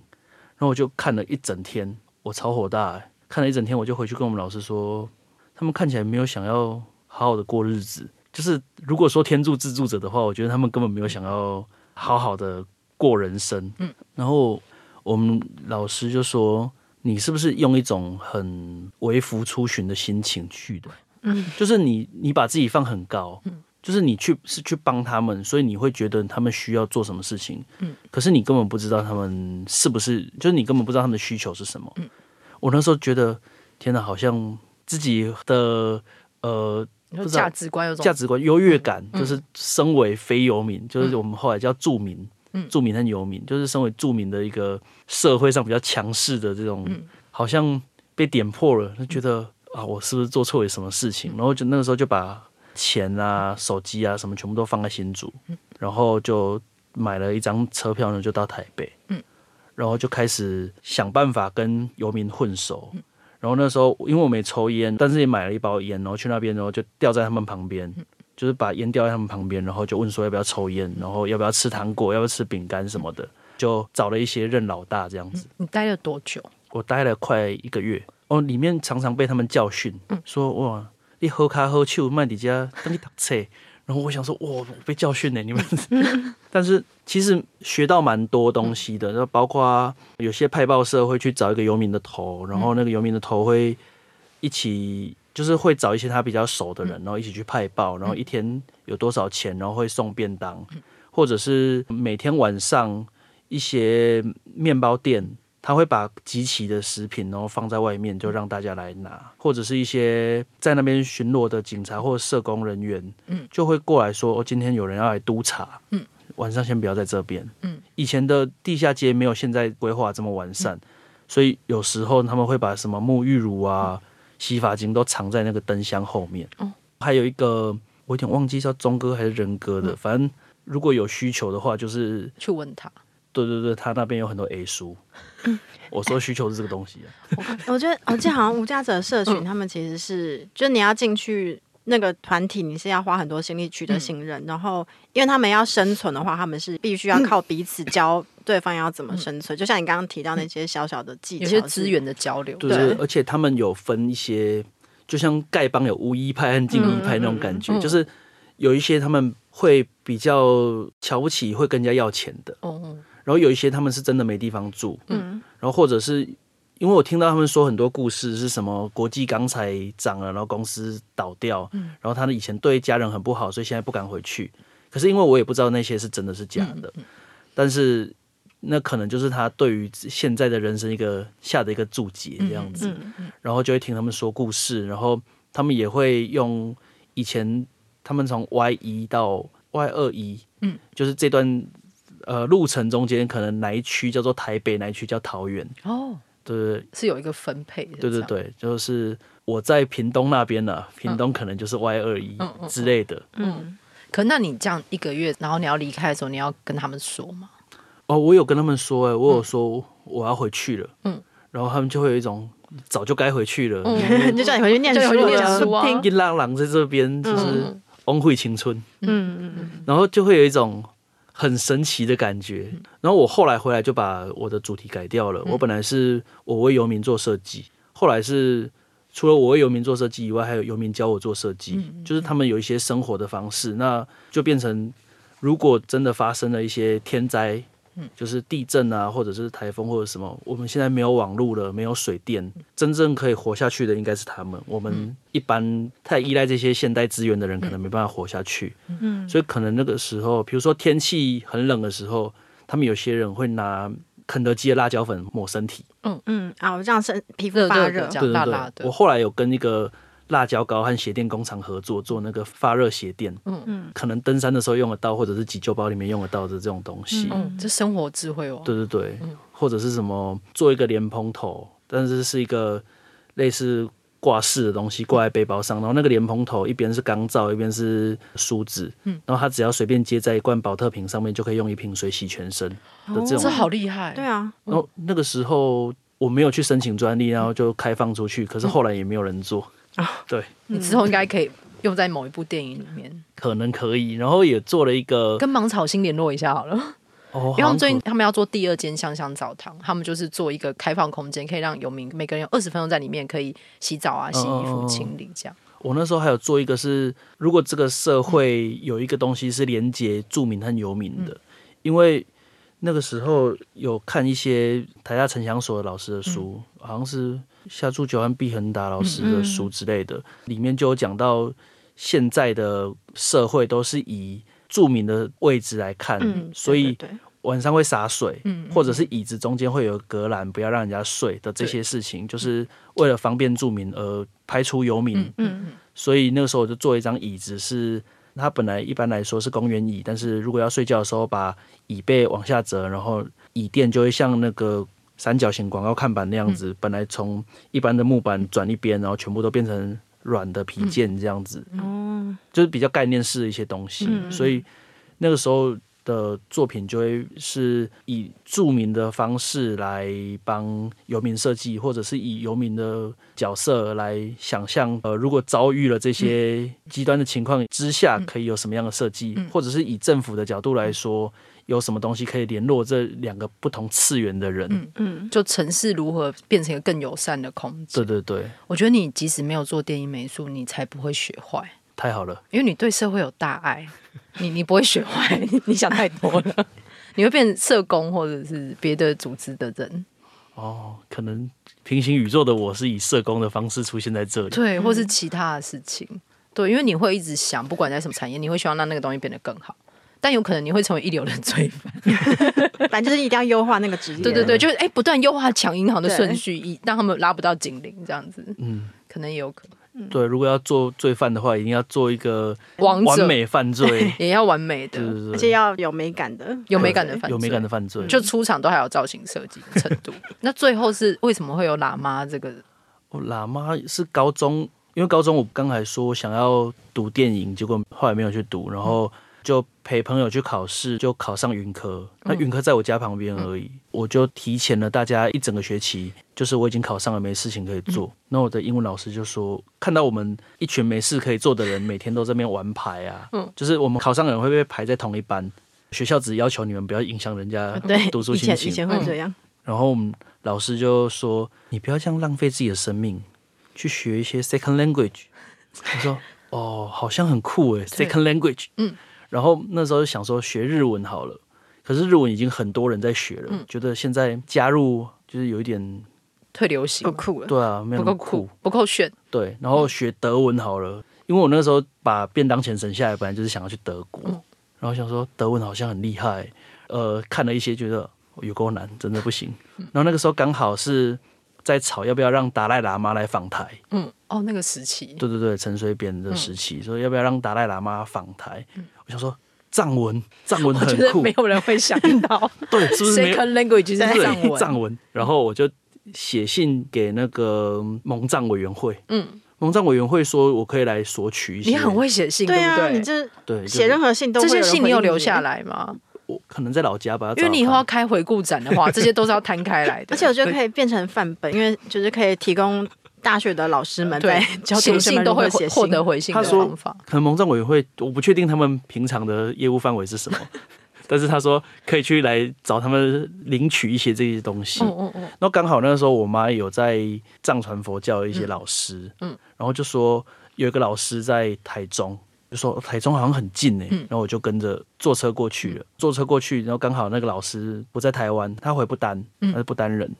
Speaker 4: 然后我就看了一整天，我超火大、欸，看了一整天，我就回去跟我们老师说，他们看起来没有想要好好的过日子，就是如果说天助自助者的话，我觉得他们根本没有想要好好的过人生，嗯，然后我们老师就说，你是不是用一种很为服出巡的心情去的？嗯， 就是你你把自己放很高，就是你去是去帮他们，所以你会觉得他们需要做什么事情，嗯，可是你根本不知道他们是不是，就是你根本不知道他们的需求是什么。嗯，我那时候觉得，天哪，好像自己的呃。
Speaker 2: 你说
Speaker 4: 不知道
Speaker 2: 价值观有种
Speaker 4: 价值观、优越感，就是身为非游民，就是我们后来叫住民，住民和游民，就是身为住民的一个社会上比较强势的这种，好像被点破了，就觉得啊，我是不是做错了什么事情？然后就那个时候就把钱啊、手机啊什么全部都放在新竹，然后就买了一张车票呢，就到台北，然后就开始想办法跟游民混熟。然后那时候因为我没抽烟，但是也买了一包烟，然后去那边，然后就吊在他们旁边，就是把烟吊在他们旁边，然后就问说要不要抽烟，然后要不要吃糖果，要不要吃饼干什么的，就找了一些任老大这样子。
Speaker 2: 你待了多久？
Speaker 4: 我待了快一个月，哦，里面常常被他们教训，说哇，你喝咖喝酒，麦迪家等你打车。然后我想说，哇，我被教训呢，你们。 但是其实学到蛮多东西的，那包括有些派报社会去找一个游民的头，然后那个游民的头会一起，就是会找一些他比较熟的人，然后一起去派报，然后一天有多少钱，然后会送便当，或者是每天晚上一些面包店，他会把集齐的食品然后放在外面，就让大家来拿，或者是一些在那边巡逻的警察或社工人员，嗯，就会过来说，哦，今天有人要来督察，嗯，晚上先不要在这边，嗯，以前的地下街没有现在规划这么完善，所以有时候他们会把什么沐浴乳啊、洗发精都藏在那个灯箱后面，哦，还有一个我有点忘记叫钟哥还是仁哥的，反正如果有需求的话，就是
Speaker 2: 去问他。
Speaker 4: 对对对，他那边有很多 A 书。
Speaker 2: 嗯
Speaker 4: 我说需求是这个东西、啊，
Speaker 3: 我觉得，我记得好像无家者社
Speaker 2: 嗯
Speaker 3: 群，他们其实是，就你要进去那个团体，你是要花很多心力取
Speaker 2: 嗯
Speaker 3: 得信任，然后因为他们要生存的话，他们是必
Speaker 2: 嗯
Speaker 3: 须要靠彼此教对方要怎么生存。就像你刚刚提到那些小小的技巧，
Speaker 2: 嗯有些资源的交流，
Speaker 4: 对对，而且他们有分一些，就像丐帮有巫医派和精医派那种感觉，
Speaker 2: 嗯嗯嗯
Speaker 4: 就是有一些他们会比较瞧不起，会跟人家要钱的，
Speaker 2: 哦，哦
Speaker 4: 然后有一些他们是真的没地方住，
Speaker 3: 嗯，
Speaker 4: 然后或者是因为我听到他们说很多故事是什么国际钢材涨了，然后公司倒掉，然后他们以前对家人很不好，所以现在不敢回去。可是因为我也不知道那些是真的是假的，但是那可能就是他对于现在的人生一个下的一个注解这样子，然后就会听他们说故事，然后他们也会用以前他们从 Y 一到 Y 二一，嗯，就是这段呃路程中间可能哪一区叫做台北，哪一区叫桃园，
Speaker 2: 哦，
Speaker 4: 对对对
Speaker 2: 是有一个分配的，
Speaker 4: 对对对，就是我在屏东那边呢、啊屏东可能就是 Y 二一
Speaker 2: 嗯嗯
Speaker 4: 之类的。
Speaker 2: 可那你这样一个月，然后你要离开的时候，你要跟他们说吗？
Speaker 4: 哦，我有跟他们说、哎，我有说我要回去了，
Speaker 2: 嗯，
Speaker 4: 然后他们就会有一种早就该回去了，
Speaker 3: 就叫你回去念
Speaker 2: 叫你
Speaker 3: 书
Speaker 2: 回去
Speaker 3: 了，
Speaker 2: 念书啊，
Speaker 4: 一浪浪在这边就是恩惠青春，
Speaker 3: 嗯嗯
Speaker 4: 然后就会有一种很神奇的感觉。然后我后来回来就把我的主题改掉
Speaker 3: 嗯
Speaker 4: 了，我本来是我为游民做设计，后来是除了我为游民做设计以外，还有游民教我做设
Speaker 3: 嗯
Speaker 4: 计，就是他们有一些生活的方式，那就变成如果真的发生了一些天灾。就是地震啊，或者是台风或者什么，我们现在没有网络了，没有水电，真正可以活下去的应该是他们。我
Speaker 2: 嗯
Speaker 4: 们一般太依赖这些现代资源的人，可能没办法活下去。
Speaker 2: 嗯
Speaker 4: 所以可能那个时候，比如说天气很冷的时候，他们有些人会拿肯德基的辣椒粉抹身体。
Speaker 3: 嗯啊，我让身皮肤
Speaker 2: 热
Speaker 3: 发
Speaker 2: 热
Speaker 3: 热
Speaker 2: 的，这样
Speaker 4: 对对
Speaker 2: 辣
Speaker 4: 对，
Speaker 2: 辣的
Speaker 4: 我。后来有跟一个辣椒膏和鞋垫工厂合作，做那个发热鞋垫。嗯嗯，可能登山的时候用得到，或者是急救包里面用得到的这种东西。
Speaker 2: 嗯，这生活智慧哦。
Speaker 4: 对对对，或者是什么做一个莲蓬头，但是是一个类似挂饰的东西挂在背包上，然后那个莲蓬头一边是钢罩，一边是梳子，
Speaker 2: 嗯
Speaker 4: 然后它只要随便接在一罐保特瓶上面，就可以用一瓶水洗全身的这
Speaker 2: 哦这
Speaker 4: 种。
Speaker 2: 好嗯厉害。
Speaker 3: 对，啊，
Speaker 4: 然后那个时候我没有去申请专利，然后就开放出去，
Speaker 2: 嗯
Speaker 4: 可是后来也没有人做。对，
Speaker 2: 你之后应该可以用在某一部电影里面，
Speaker 4: 可能可以，然后也做了一个
Speaker 2: 跟芒草星联络一下好了。
Speaker 4: 哦，
Speaker 2: 因为他们
Speaker 4: 好
Speaker 2: 最近
Speaker 4: 像可
Speaker 2: 他们要做第二间香香澡堂，他们就是做一个开放空间，可以让游民每个人有二十分钟在里面可以洗澡啊、洗衣
Speaker 4: 嗯嗯
Speaker 2: 服、
Speaker 4: 嗯
Speaker 2: 清理这样。
Speaker 4: 我那时候还有做一个是，如果
Speaker 3: 嗯
Speaker 4: 这个社会有一个东西是连接住民和游民的，因为那个时候有看一些台大城乡所的老师的书，
Speaker 3: 嗯
Speaker 4: 好像是夏柱九和毕恒达老师的书之类的，里面就有讲到现在的社会都是以著名的位置来看，
Speaker 3: 嗯，
Speaker 4: 所以
Speaker 3: 对对对
Speaker 4: 晚上会洒水，
Speaker 2: 嗯
Speaker 4: 或者是椅子中间会有隔栏，不要让人家睡的这些事情，就是为了方便住民而排除游民。
Speaker 3: 嗯嗯
Speaker 4: 所以那个时候我就做一张椅子是。它本来一般来说是公园椅，但是如果要睡觉的时候，把椅背往下折，然后椅垫就会像那个三角形广告看板那样子，本来从一般的木板转一边，然后全部都变成软的皮件这样子。
Speaker 2: 嗯
Speaker 3: 哦，
Speaker 4: 就是比较概念式的一些东西，
Speaker 3: 嗯
Speaker 4: 所以那个时候的作品就会是以著名的方式来帮游民设计，或者是以游民的角色来想象，呃，如果遭遇了这些
Speaker 3: 嗯
Speaker 4: 极端的情况之下，可以有什么样的设计，或者是以政府的角度来说，
Speaker 3: 嗯
Speaker 4: 有什么东西可以联络这两个不同次元的人。
Speaker 2: 嗯
Speaker 3: 嗯，
Speaker 2: 就城市如何变成一个更友善的空间。
Speaker 4: 对对对，
Speaker 2: 我觉得你即使没有做电影美术，你才不会学坏，
Speaker 4: 太好了，
Speaker 2: 因为你对社会有大爱，你你不会学坏，你你想太多了， 你会变成社工或者是别的组织的人，
Speaker 4: 哦，可能平行宇宙的我是以社工的方式出现在这里。
Speaker 2: 对，或是其他的事情，对，因为你会一直想，不管在什么产业，你会希望让那个东西变得更好。但有可能你会成为一流的 罪犯，
Speaker 3: 反正就是一定要优化那个职业。
Speaker 2: 对对对，就是哎、不断优化抢银行的
Speaker 3: 对
Speaker 2: 顺序，以让他们拉不到警铃，这样子
Speaker 4: 嗯。
Speaker 2: 可能也有可能。
Speaker 4: 对，如果要做罪犯的话，一定要做一个
Speaker 2: 王者
Speaker 4: 完美犯罪，
Speaker 2: 也要完美
Speaker 4: 对
Speaker 2: 的，
Speaker 4: 对
Speaker 3: 而
Speaker 4: 对
Speaker 3: 且要有美感的，
Speaker 2: 有美感的犯罪，
Speaker 4: 有美感的犯罪。
Speaker 2: 就出场都还有造型 设计的程度。那最后是为什么会有喇嘛这个？
Speaker 4: 我哦喇嘛是高中，因为高中我刚才说想要读电影，结果后来没有去读，然后就陪朋友去考试，就考上云科。那
Speaker 3: 嗯
Speaker 4: 云科在我家旁边而已，我就提前了大家一整个学期，就是我已经考上了，没事情可以做。
Speaker 3: 嗯
Speaker 4: 那我的英文老师就说，看到我们一群没事可以做的人，每天都在那边玩牌啊，
Speaker 2: 嗯
Speaker 4: 就是我们考上的人会被排在同一班。学校只要求你们不要影响人家
Speaker 3: 对，
Speaker 4: 读书
Speaker 3: 以前
Speaker 4: 心
Speaker 3: 以
Speaker 4: 情，
Speaker 3: 前
Speaker 2: 嗯
Speaker 3: 会这样，
Speaker 4: 然后我们老师就说：“你不要这样浪费自己的生命，去学一些 second language。”我说：“哦，好像很酷诶 s e
Speaker 2: 对
Speaker 4: c o n d language。”
Speaker 2: 嗯，
Speaker 4: 然后那时候就想说学日文好了，可是日文已经很多人在学了，
Speaker 2: 嗯
Speaker 4: 觉得现在加入就是有一点
Speaker 2: 退流行
Speaker 3: 不酷了。
Speaker 4: 对啊，没有
Speaker 2: 不
Speaker 4: 那
Speaker 2: 够
Speaker 4: 么
Speaker 2: 酷，不够炫，
Speaker 4: 对，然后学德文好了，因为我那时候把便当钱省下来，本来就是想要去德
Speaker 2: 嗯
Speaker 4: 国，然后想说德文好像很厉害，呃，看了一些觉得哦有够难，真的不行。
Speaker 2: 嗯
Speaker 4: 然后那个时候刚好是在吵要不要让达赖喇嘛来访台，
Speaker 2: 嗯，哦，那个时期，
Speaker 4: 对对对，陈水扁
Speaker 2: 嗯
Speaker 4: 的时期，说要不要让达赖喇嘛访台，我想说藏文，藏文
Speaker 2: 我觉
Speaker 4: 很
Speaker 2: 得
Speaker 4: 酷
Speaker 2: 没，有人会想 到
Speaker 4: 对，是不是没有？
Speaker 2: second language 是
Speaker 4: 对
Speaker 2: 藏文，
Speaker 4: 藏文。然后我就写信给那个蒙藏委员会，
Speaker 2: 嗯，
Speaker 4: 蒙藏委员会说我可以来索取一些。
Speaker 2: 你很会写信，
Speaker 3: 对啊，
Speaker 2: 不
Speaker 3: 你
Speaker 2: 对？
Speaker 3: 这
Speaker 4: 对，
Speaker 3: 写任
Speaker 4: 任
Speaker 3: 何信都
Speaker 2: 这
Speaker 3: 会
Speaker 2: 些信你有
Speaker 3: 人回应
Speaker 2: 留下，来吗？
Speaker 4: 我可能在老家吧，
Speaker 2: 因为你以后要开回顾展的话，这些都是要摊开来的。
Speaker 3: 而且我觉得
Speaker 2: 对
Speaker 3: 可以变成范本，因为就是可以提供大学的老师们在
Speaker 2: 对
Speaker 3: 教
Speaker 2: 写
Speaker 3: 同学
Speaker 2: 信
Speaker 3: 们
Speaker 2: 都
Speaker 3: 如
Speaker 2: 会
Speaker 3: 何写信
Speaker 2: 获得回信的
Speaker 4: 他说
Speaker 2: 方法。
Speaker 4: 可能蒙藏委员会，我不确定他们平常的业务范围是什 么，但是他说可以去来找他们领取一些这些东西。
Speaker 2: 嗯嗯嗯，
Speaker 4: 那刚好那个时候我妈有在藏传佛教的一些老师，嗯，然后就说有一个老师在台中，就说哦台中好像很近呢、然后我就跟着坐车过去了，坐车过去，然后刚好那个老师不在台湾，他回不丹，他是不丹人，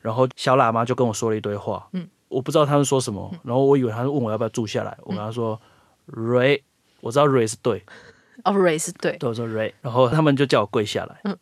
Speaker 4: 然后小喇嘛就跟我说了一堆话，嗯，我不知道他们说什么，然后我以为他是问我要不要住下来，我跟他说瑞，我知道瑞是对，
Speaker 2: 哦，Ray 是对，
Speaker 4: 对我说瑞，然后他们就叫我跪下来，嗯，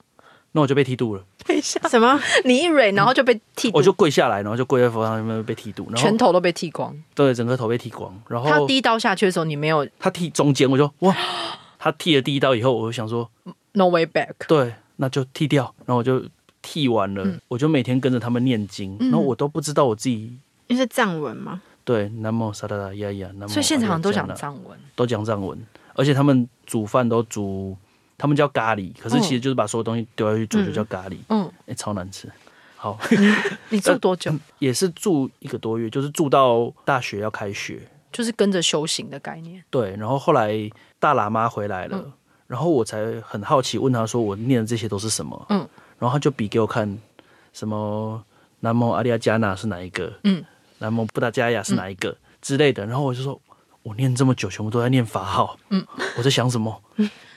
Speaker 4: 那我就被剃度了，
Speaker 3: 什么？
Speaker 2: 你一 Ray，然后就被剃度，
Speaker 4: 我就跪下来，然后就跪在佛堂上面被剃度，然后
Speaker 2: 全头都被剃光。
Speaker 4: 对，整个头被剃光。然后
Speaker 2: 他第一刀下去的时候，你没有
Speaker 4: 他剃中间，我就哇， 他剃了第一刀以后，我就想说，
Speaker 2: no way back。
Speaker 4: 对，那就剃掉。然后我就剃完
Speaker 2: 嗯
Speaker 4: 了，我就每天跟着他们念经，然后我都不知道我自己
Speaker 3: 因为是藏文嘛，
Speaker 4: 对南无萨达达呀呀，南无
Speaker 2: 所以现场都
Speaker 4: 阿
Speaker 2: 讲
Speaker 4: 里雅加那
Speaker 2: 藏文，
Speaker 4: 都讲藏文，而且他们煮饭都煮，他们叫咖喱，可是其实就是把所有东西丢下去煮，就叫咖喱，
Speaker 2: 嗯，
Speaker 4: 哎，超难吃。好，
Speaker 2: 你
Speaker 4: 呃
Speaker 2: 住多久？
Speaker 4: 也是住一个多月，就是住到大学要开学，
Speaker 2: 就是跟着修行的概念。
Speaker 4: 对，然后后来大喇嘛回来了，
Speaker 3: 嗯
Speaker 4: 然后我才很好奇问他说：“我念的这些都是什么？”
Speaker 2: 嗯，
Speaker 4: 然后他就比给我看什么南无阿利亚加纳是哪一个，
Speaker 2: 嗯，
Speaker 4: 南无布达加雅是哪一个、
Speaker 3: 嗯
Speaker 4: 之类的。然后我就说：“我念这么久，全部都在念法号，嗯，我在想什么？”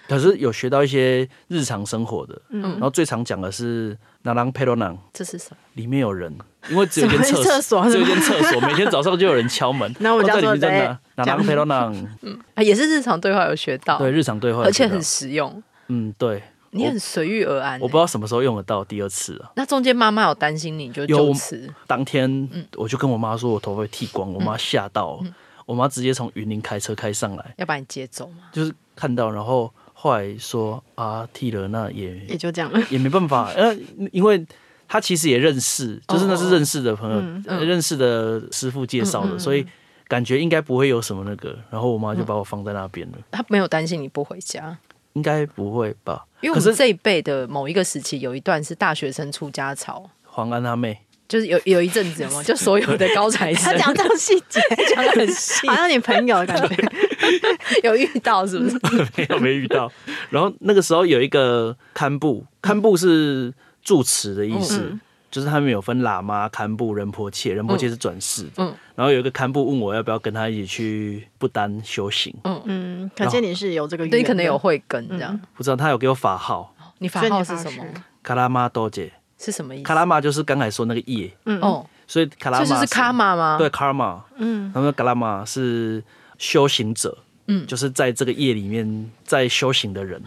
Speaker 4: 可是有学到一些日常生活的，然
Speaker 2: 嗯
Speaker 4: 后最常讲的是“那郎佩罗囊
Speaker 2: 这是什么？”，
Speaker 4: 里面有人，因为只有一间
Speaker 3: 什么
Speaker 4: 厕
Speaker 3: 厕所是吗
Speaker 4: 只有一间厕所，每天早上就有人敲门
Speaker 3: 。那我们
Speaker 4: 在
Speaker 3: 叫
Speaker 4: 里
Speaker 3: 做
Speaker 4: 面在
Speaker 3: 在
Speaker 4: 哪？那郎佩罗囊，
Speaker 2: 啊，也是日常对话有学到，
Speaker 4: 对，日常对话，
Speaker 2: 而且很实用，
Speaker 4: 嗯，对，
Speaker 2: 你很随遇而安欸、
Speaker 4: 我不知道什么时候用得到第二次啊。
Speaker 2: 那中间妈妈有担心你就
Speaker 4: 有
Speaker 2: 就
Speaker 4: 我
Speaker 2: 此
Speaker 4: 当天
Speaker 2: 嗯
Speaker 4: 我就跟我妈说我头发会剃光，我妈吓到，我妈直接从云林开车开上来，
Speaker 2: 要把你接走吗？
Speaker 4: 就是看到，然后后来说啊剃了那也
Speaker 3: 也就这样了。
Speaker 4: 也没办法，呃，因为他其实也认识，
Speaker 2: 哦
Speaker 4: 就是那是认识的朋友，
Speaker 3: 嗯
Speaker 4: 呃认识的师傅介绍的，
Speaker 2: 嗯
Speaker 4: 所以感觉应该不会有什么那个。然后我妈就把我放在那边了，
Speaker 2: 她没有担心你不回家，
Speaker 4: 应该不会吧？
Speaker 2: 因为
Speaker 4: 可
Speaker 2: 我
Speaker 4: 是
Speaker 2: 们这一辈的某一个时期有一段是大学生出家潮，
Speaker 4: 黄安他妹，
Speaker 2: 就是有有一阵子嘛，就所有的高材
Speaker 3: 他
Speaker 2: 生
Speaker 3: 讲这种细节，
Speaker 2: 讲得很细
Speaker 3: 好，像你朋友的感 觉。
Speaker 2: 有遇到是不
Speaker 3: 嗯
Speaker 2: 是？
Speaker 4: 没有没遇到。然后那个时候有一个堪
Speaker 2: 嗯
Speaker 4: 布，堪布是住持的意思。就是他们有分喇嘛、堪布、仁波切，仁波切是转世的。
Speaker 2: 嗯
Speaker 4: 然后有一个堪布问我要不要跟他一起去不丹修行，
Speaker 3: 嗯，可见你是有这个，
Speaker 2: 哦对，你可能有，慧根这样。
Speaker 4: 不知道他有给我法号
Speaker 2: 你法
Speaker 3: 嗯所以你
Speaker 2: 号
Speaker 3: 法
Speaker 2: 是什
Speaker 3: 师
Speaker 2: 么？
Speaker 4: 卡拉玛多姐，
Speaker 2: 是什么意思？
Speaker 4: 卡拉玛就是刚才说那个业，
Speaker 3: 嗯，
Speaker 2: 哦，
Speaker 4: 所以卡拉
Speaker 2: 所
Speaker 4: 玛
Speaker 2: 以就是卡玛吗？
Speaker 4: 对，卡玛，嗯，他们卡拉玛是修行者，嗯，就是在这个业里面在修行的人，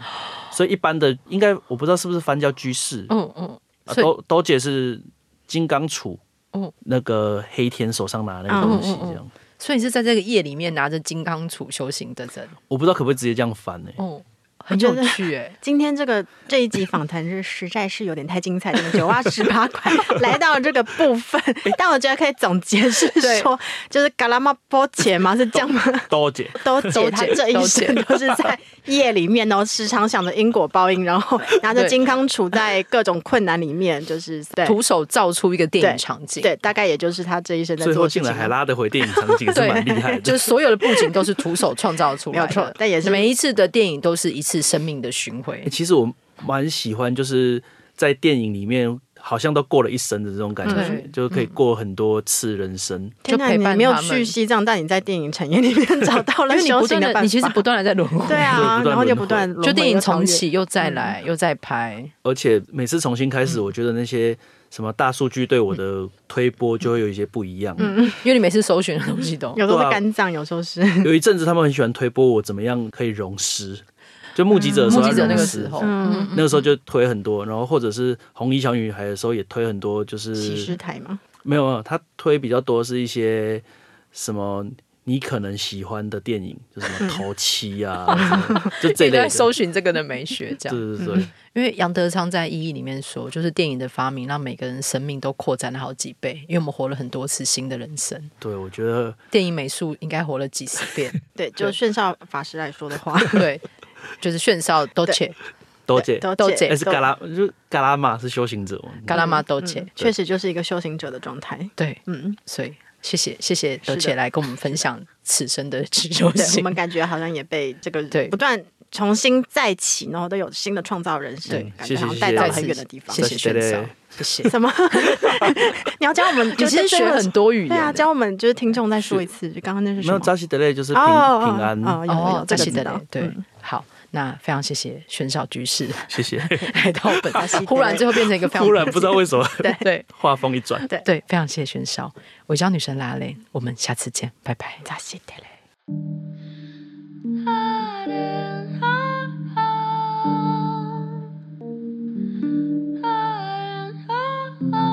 Speaker 4: 所以一般的应该我不知道是不是翻叫居士，
Speaker 2: 嗯嗯，
Speaker 4: 啊
Speaker 2: 所以
Speaker 4: 都都姐是金刚杵，
Speaker 2: 嗯
Speaker 4: 那个黑天手上拿那个东西这样，
Speaker 2: 所以你是在这个夜里面拿着金刚杵修行的人，
Speaker 4: 我不知道可不可以直接这样翻欸呢、
Speaker 2: 哦，很
Speaker 3: 觉
Speaker 2: 有
Speaker 3: 得
Speaker 2: 趣哎。
Speaker 3: 今天这个这一集访谈是实在是有点太精彩，真的九挖十八块来到了这个部 分，但我觉得可以总结是
Speaker 2: 对
Speaker 3: 说，就是嘎拉玛波切嘛，是这样吗？
Speaker 4: 多姐，
Speaker 3: 都姐
Speaker 2: 都
Speaker 3: 她
Speaker 2: 姐
Speaker 3: 这一
Speaker 2: 都姐
Speaker 3: 生都是在夜里面 哦，时常想着因果报应，然后拿着
Speaker 2: 对
Speaker 3: 金刚杵在各种困难里面，就是 对
Speaker 2: 徒手造出一个电
Speaker 3: 对
Speaker 2: 影场景，
Speaker 3: 对，大概也就是他这一生在
Speaker 4: 最
Speaker 3: 做
Speaker 4: 后
Speaker 3: 的事
Speaker 4: 竟
Speaker 3: 情啊
Speaker 4: 然还。拉得回电影场 景，是
Speaker 2: 对
Speaker 4: 蛮厉害的，
Speaker 2: 就是所有的布景都是徒手创造出来的，
Speaker 3: 没有错但也是
Speaker 2: 每一次的电影都是一次生命的巡回
Speaker 4: 欸。其实我蛮喜欢，就是在电影里面好像都过了一生的这种感觉
Speaker 2: 对，嗯
Speaker 4: 就可以过很多次人生。
Speaker 3: 天哪，
Speaker 2: 就陪
Speaker 3: 你
Speaker 2: 伴
Speaker 3: 没有
Speaker 2: 他们
Speaker 3: 去西藏，但你在电影产业里面找到
Speaker 2: 因
Speaker 3: 了
Speaker 2: 为你
Speaker 3: 修
Speaker 2: 不
Speaker 3: 行
Speaker 2: 断
Speaker 3: 的
Speaker 2: 的，
Speaker 3: 办
Speaker 2: 你其实
Speaker 3: 法
Speaker 2: 不断的在轮回，
Speaker 3: 对啊，
Speaker 4: 对不断
Speaker 3: 然后就
Speaker 4: 轮
Speaker 3: 不断
Speaker 2: 就电影重
Speaker 3: 启。
Speaker 2: 启又再
Speaker 3: 嗯
Speaker 2: 来，又再拍，
Speaker 4: 而且每次重新开
Speaker 2: 嗯
Speaker 4: 始，我觉得那些什么大数据对我的推波就会有一些不一样。
Speaker 2: 因为你每次搜寻的东西都
Speaker 3: 有时候
Speaker 4: 对
Speaker 3: 是
Speaker 4: 啊
Speaker 3: 肝脏，有时候是
Speaker 4: 有一阵子他们很喜欢推波我怎么样可以融湿，就目击者的时
Speaker 2: 目击
Speaker 4: 候要
Speaker 2: 者那
Speaker 4: 融
Speaker 2: 个
Speaker 4: 湿
Speaker 2: 时候，
Speaker 3: 嗯
Speaker 4: 那个时候就推很多，然后或者是红衣小女孩的时候也推很多，就是
Speaker 3: 骑士台嘛，
Speaker 4: 没有没有，他推比较多是一些什么你可能喜欢的电影，就
Speaker 3: 嗯
Speaker 4: 什么头七 啊，什么就这
Speaker 2: 自己
Speaker 4: 类
Speaker 2: 在
Speaker 4: 的。
Speaker 2: 搜寻这个的美学，这样。
Speaker 4: 对
Speaker 3: 嗯
Speaker 4: 对对，
Speaker 2: 因为杨德昌在《意义》里面说，就是电影的发明让每个人生命都扩展了好几倍，因为我们活了很多次新的人生。
Speaker 4: 对我觉得
Speaker 2: 电影美术应该活了几十 遍，
Speaker 3: 对，就
Speaker 2: 对
Speaker 3: 炫少法师来说的话，
Speaker 2: 对，就是炫少都切，
Speaker 4: 多姐
Speaker 3: 都
Speaker 2: 都
Speaker 3: 姐
Speaker 2: 姐
Speaker 4: 哎是嘎拉，就是嘎拉玛是修行者嘛，
Speaker 2: 嘎拉玛
Speaker 3: 嗯
Speaker 2: 都切，
Speaker 3: 确实就是一个修行者的状态。
Speaker 2: 对，
Speaker 3: 嗯，
Speaker 2: 所以谢谢谢谢
Speaker 3: 的
Speaker 2: 德姐来跟我们分享此生的持久
Speaker 3: 对，我
Speaker 2: 性
Speaker 3: 们。感觉好像也被这个
Speaker 2: 对
Speaker 3: 不断重新再起，然后都有新的创造人生
Speaker 2: 对，
Speaker 3: 感
Speaker 4: 谢
Speaker 3: 觉
Speaker 4: 谢
Speaker 3: 好像带
Speaker 4: 谢谢
Speaker 3: 到
Speaker 2: 再
Speaker 3: 了很
Speaker 2: 次
Speaker 3: 远的地方
Speaker 2: 谢。谢
Speaker 4: 对
Speaker 2: 炫
Speaker 4: 对
Speaker 2: 少
Speaker 4: 对，
Speaker 2: 谢谢。
Speaker 3: 什么？ 你要教我们？
Speaker 2: 你其实学很
Speaker 3: 多，
Speaker 2: 多语
Speaker 3: 对啊，
Speaker 2: 言，
Speaker 3: 教我们就是听众再说一次，就刚刚那是
Speaker 4: 没
Speaker 3: 什
Speaker 4: 有
Speaker 3: 么？
Speaker 4: 扎西德勒就是平
Speaker 3: 哦
Speaker 4: 平
Speaker 3: 哦
Speaker 4: 安，
Speaker 3: 有有
Speaker 2: 哦
Speaker 3: 有，这
Speaker 2: 扎
Speaker 3: 个
Speaker 2: 西
Speaker 3: 知
Speaker 2: 德
Speaker 3: 道
Speaker 2: 雷，对，好，那非常谢谢炫少居士
Speaker 4: 谢 谢。
Speaker 2: 来到本
Speaker 3: 扎西德，雷
Speaker 2: 忽然最后变成一个非常
Speaker 4: 忽然不知道为什么
Speaker 2: 对
Speaker 4: 画风一转，
Speaker 3: 对
Speaker 2: 对，非常谢谢炫少，我教女神拉蕾，我们下次见，拜拜。扎西德雷。
Speaker 1: 啊啊啊啊啊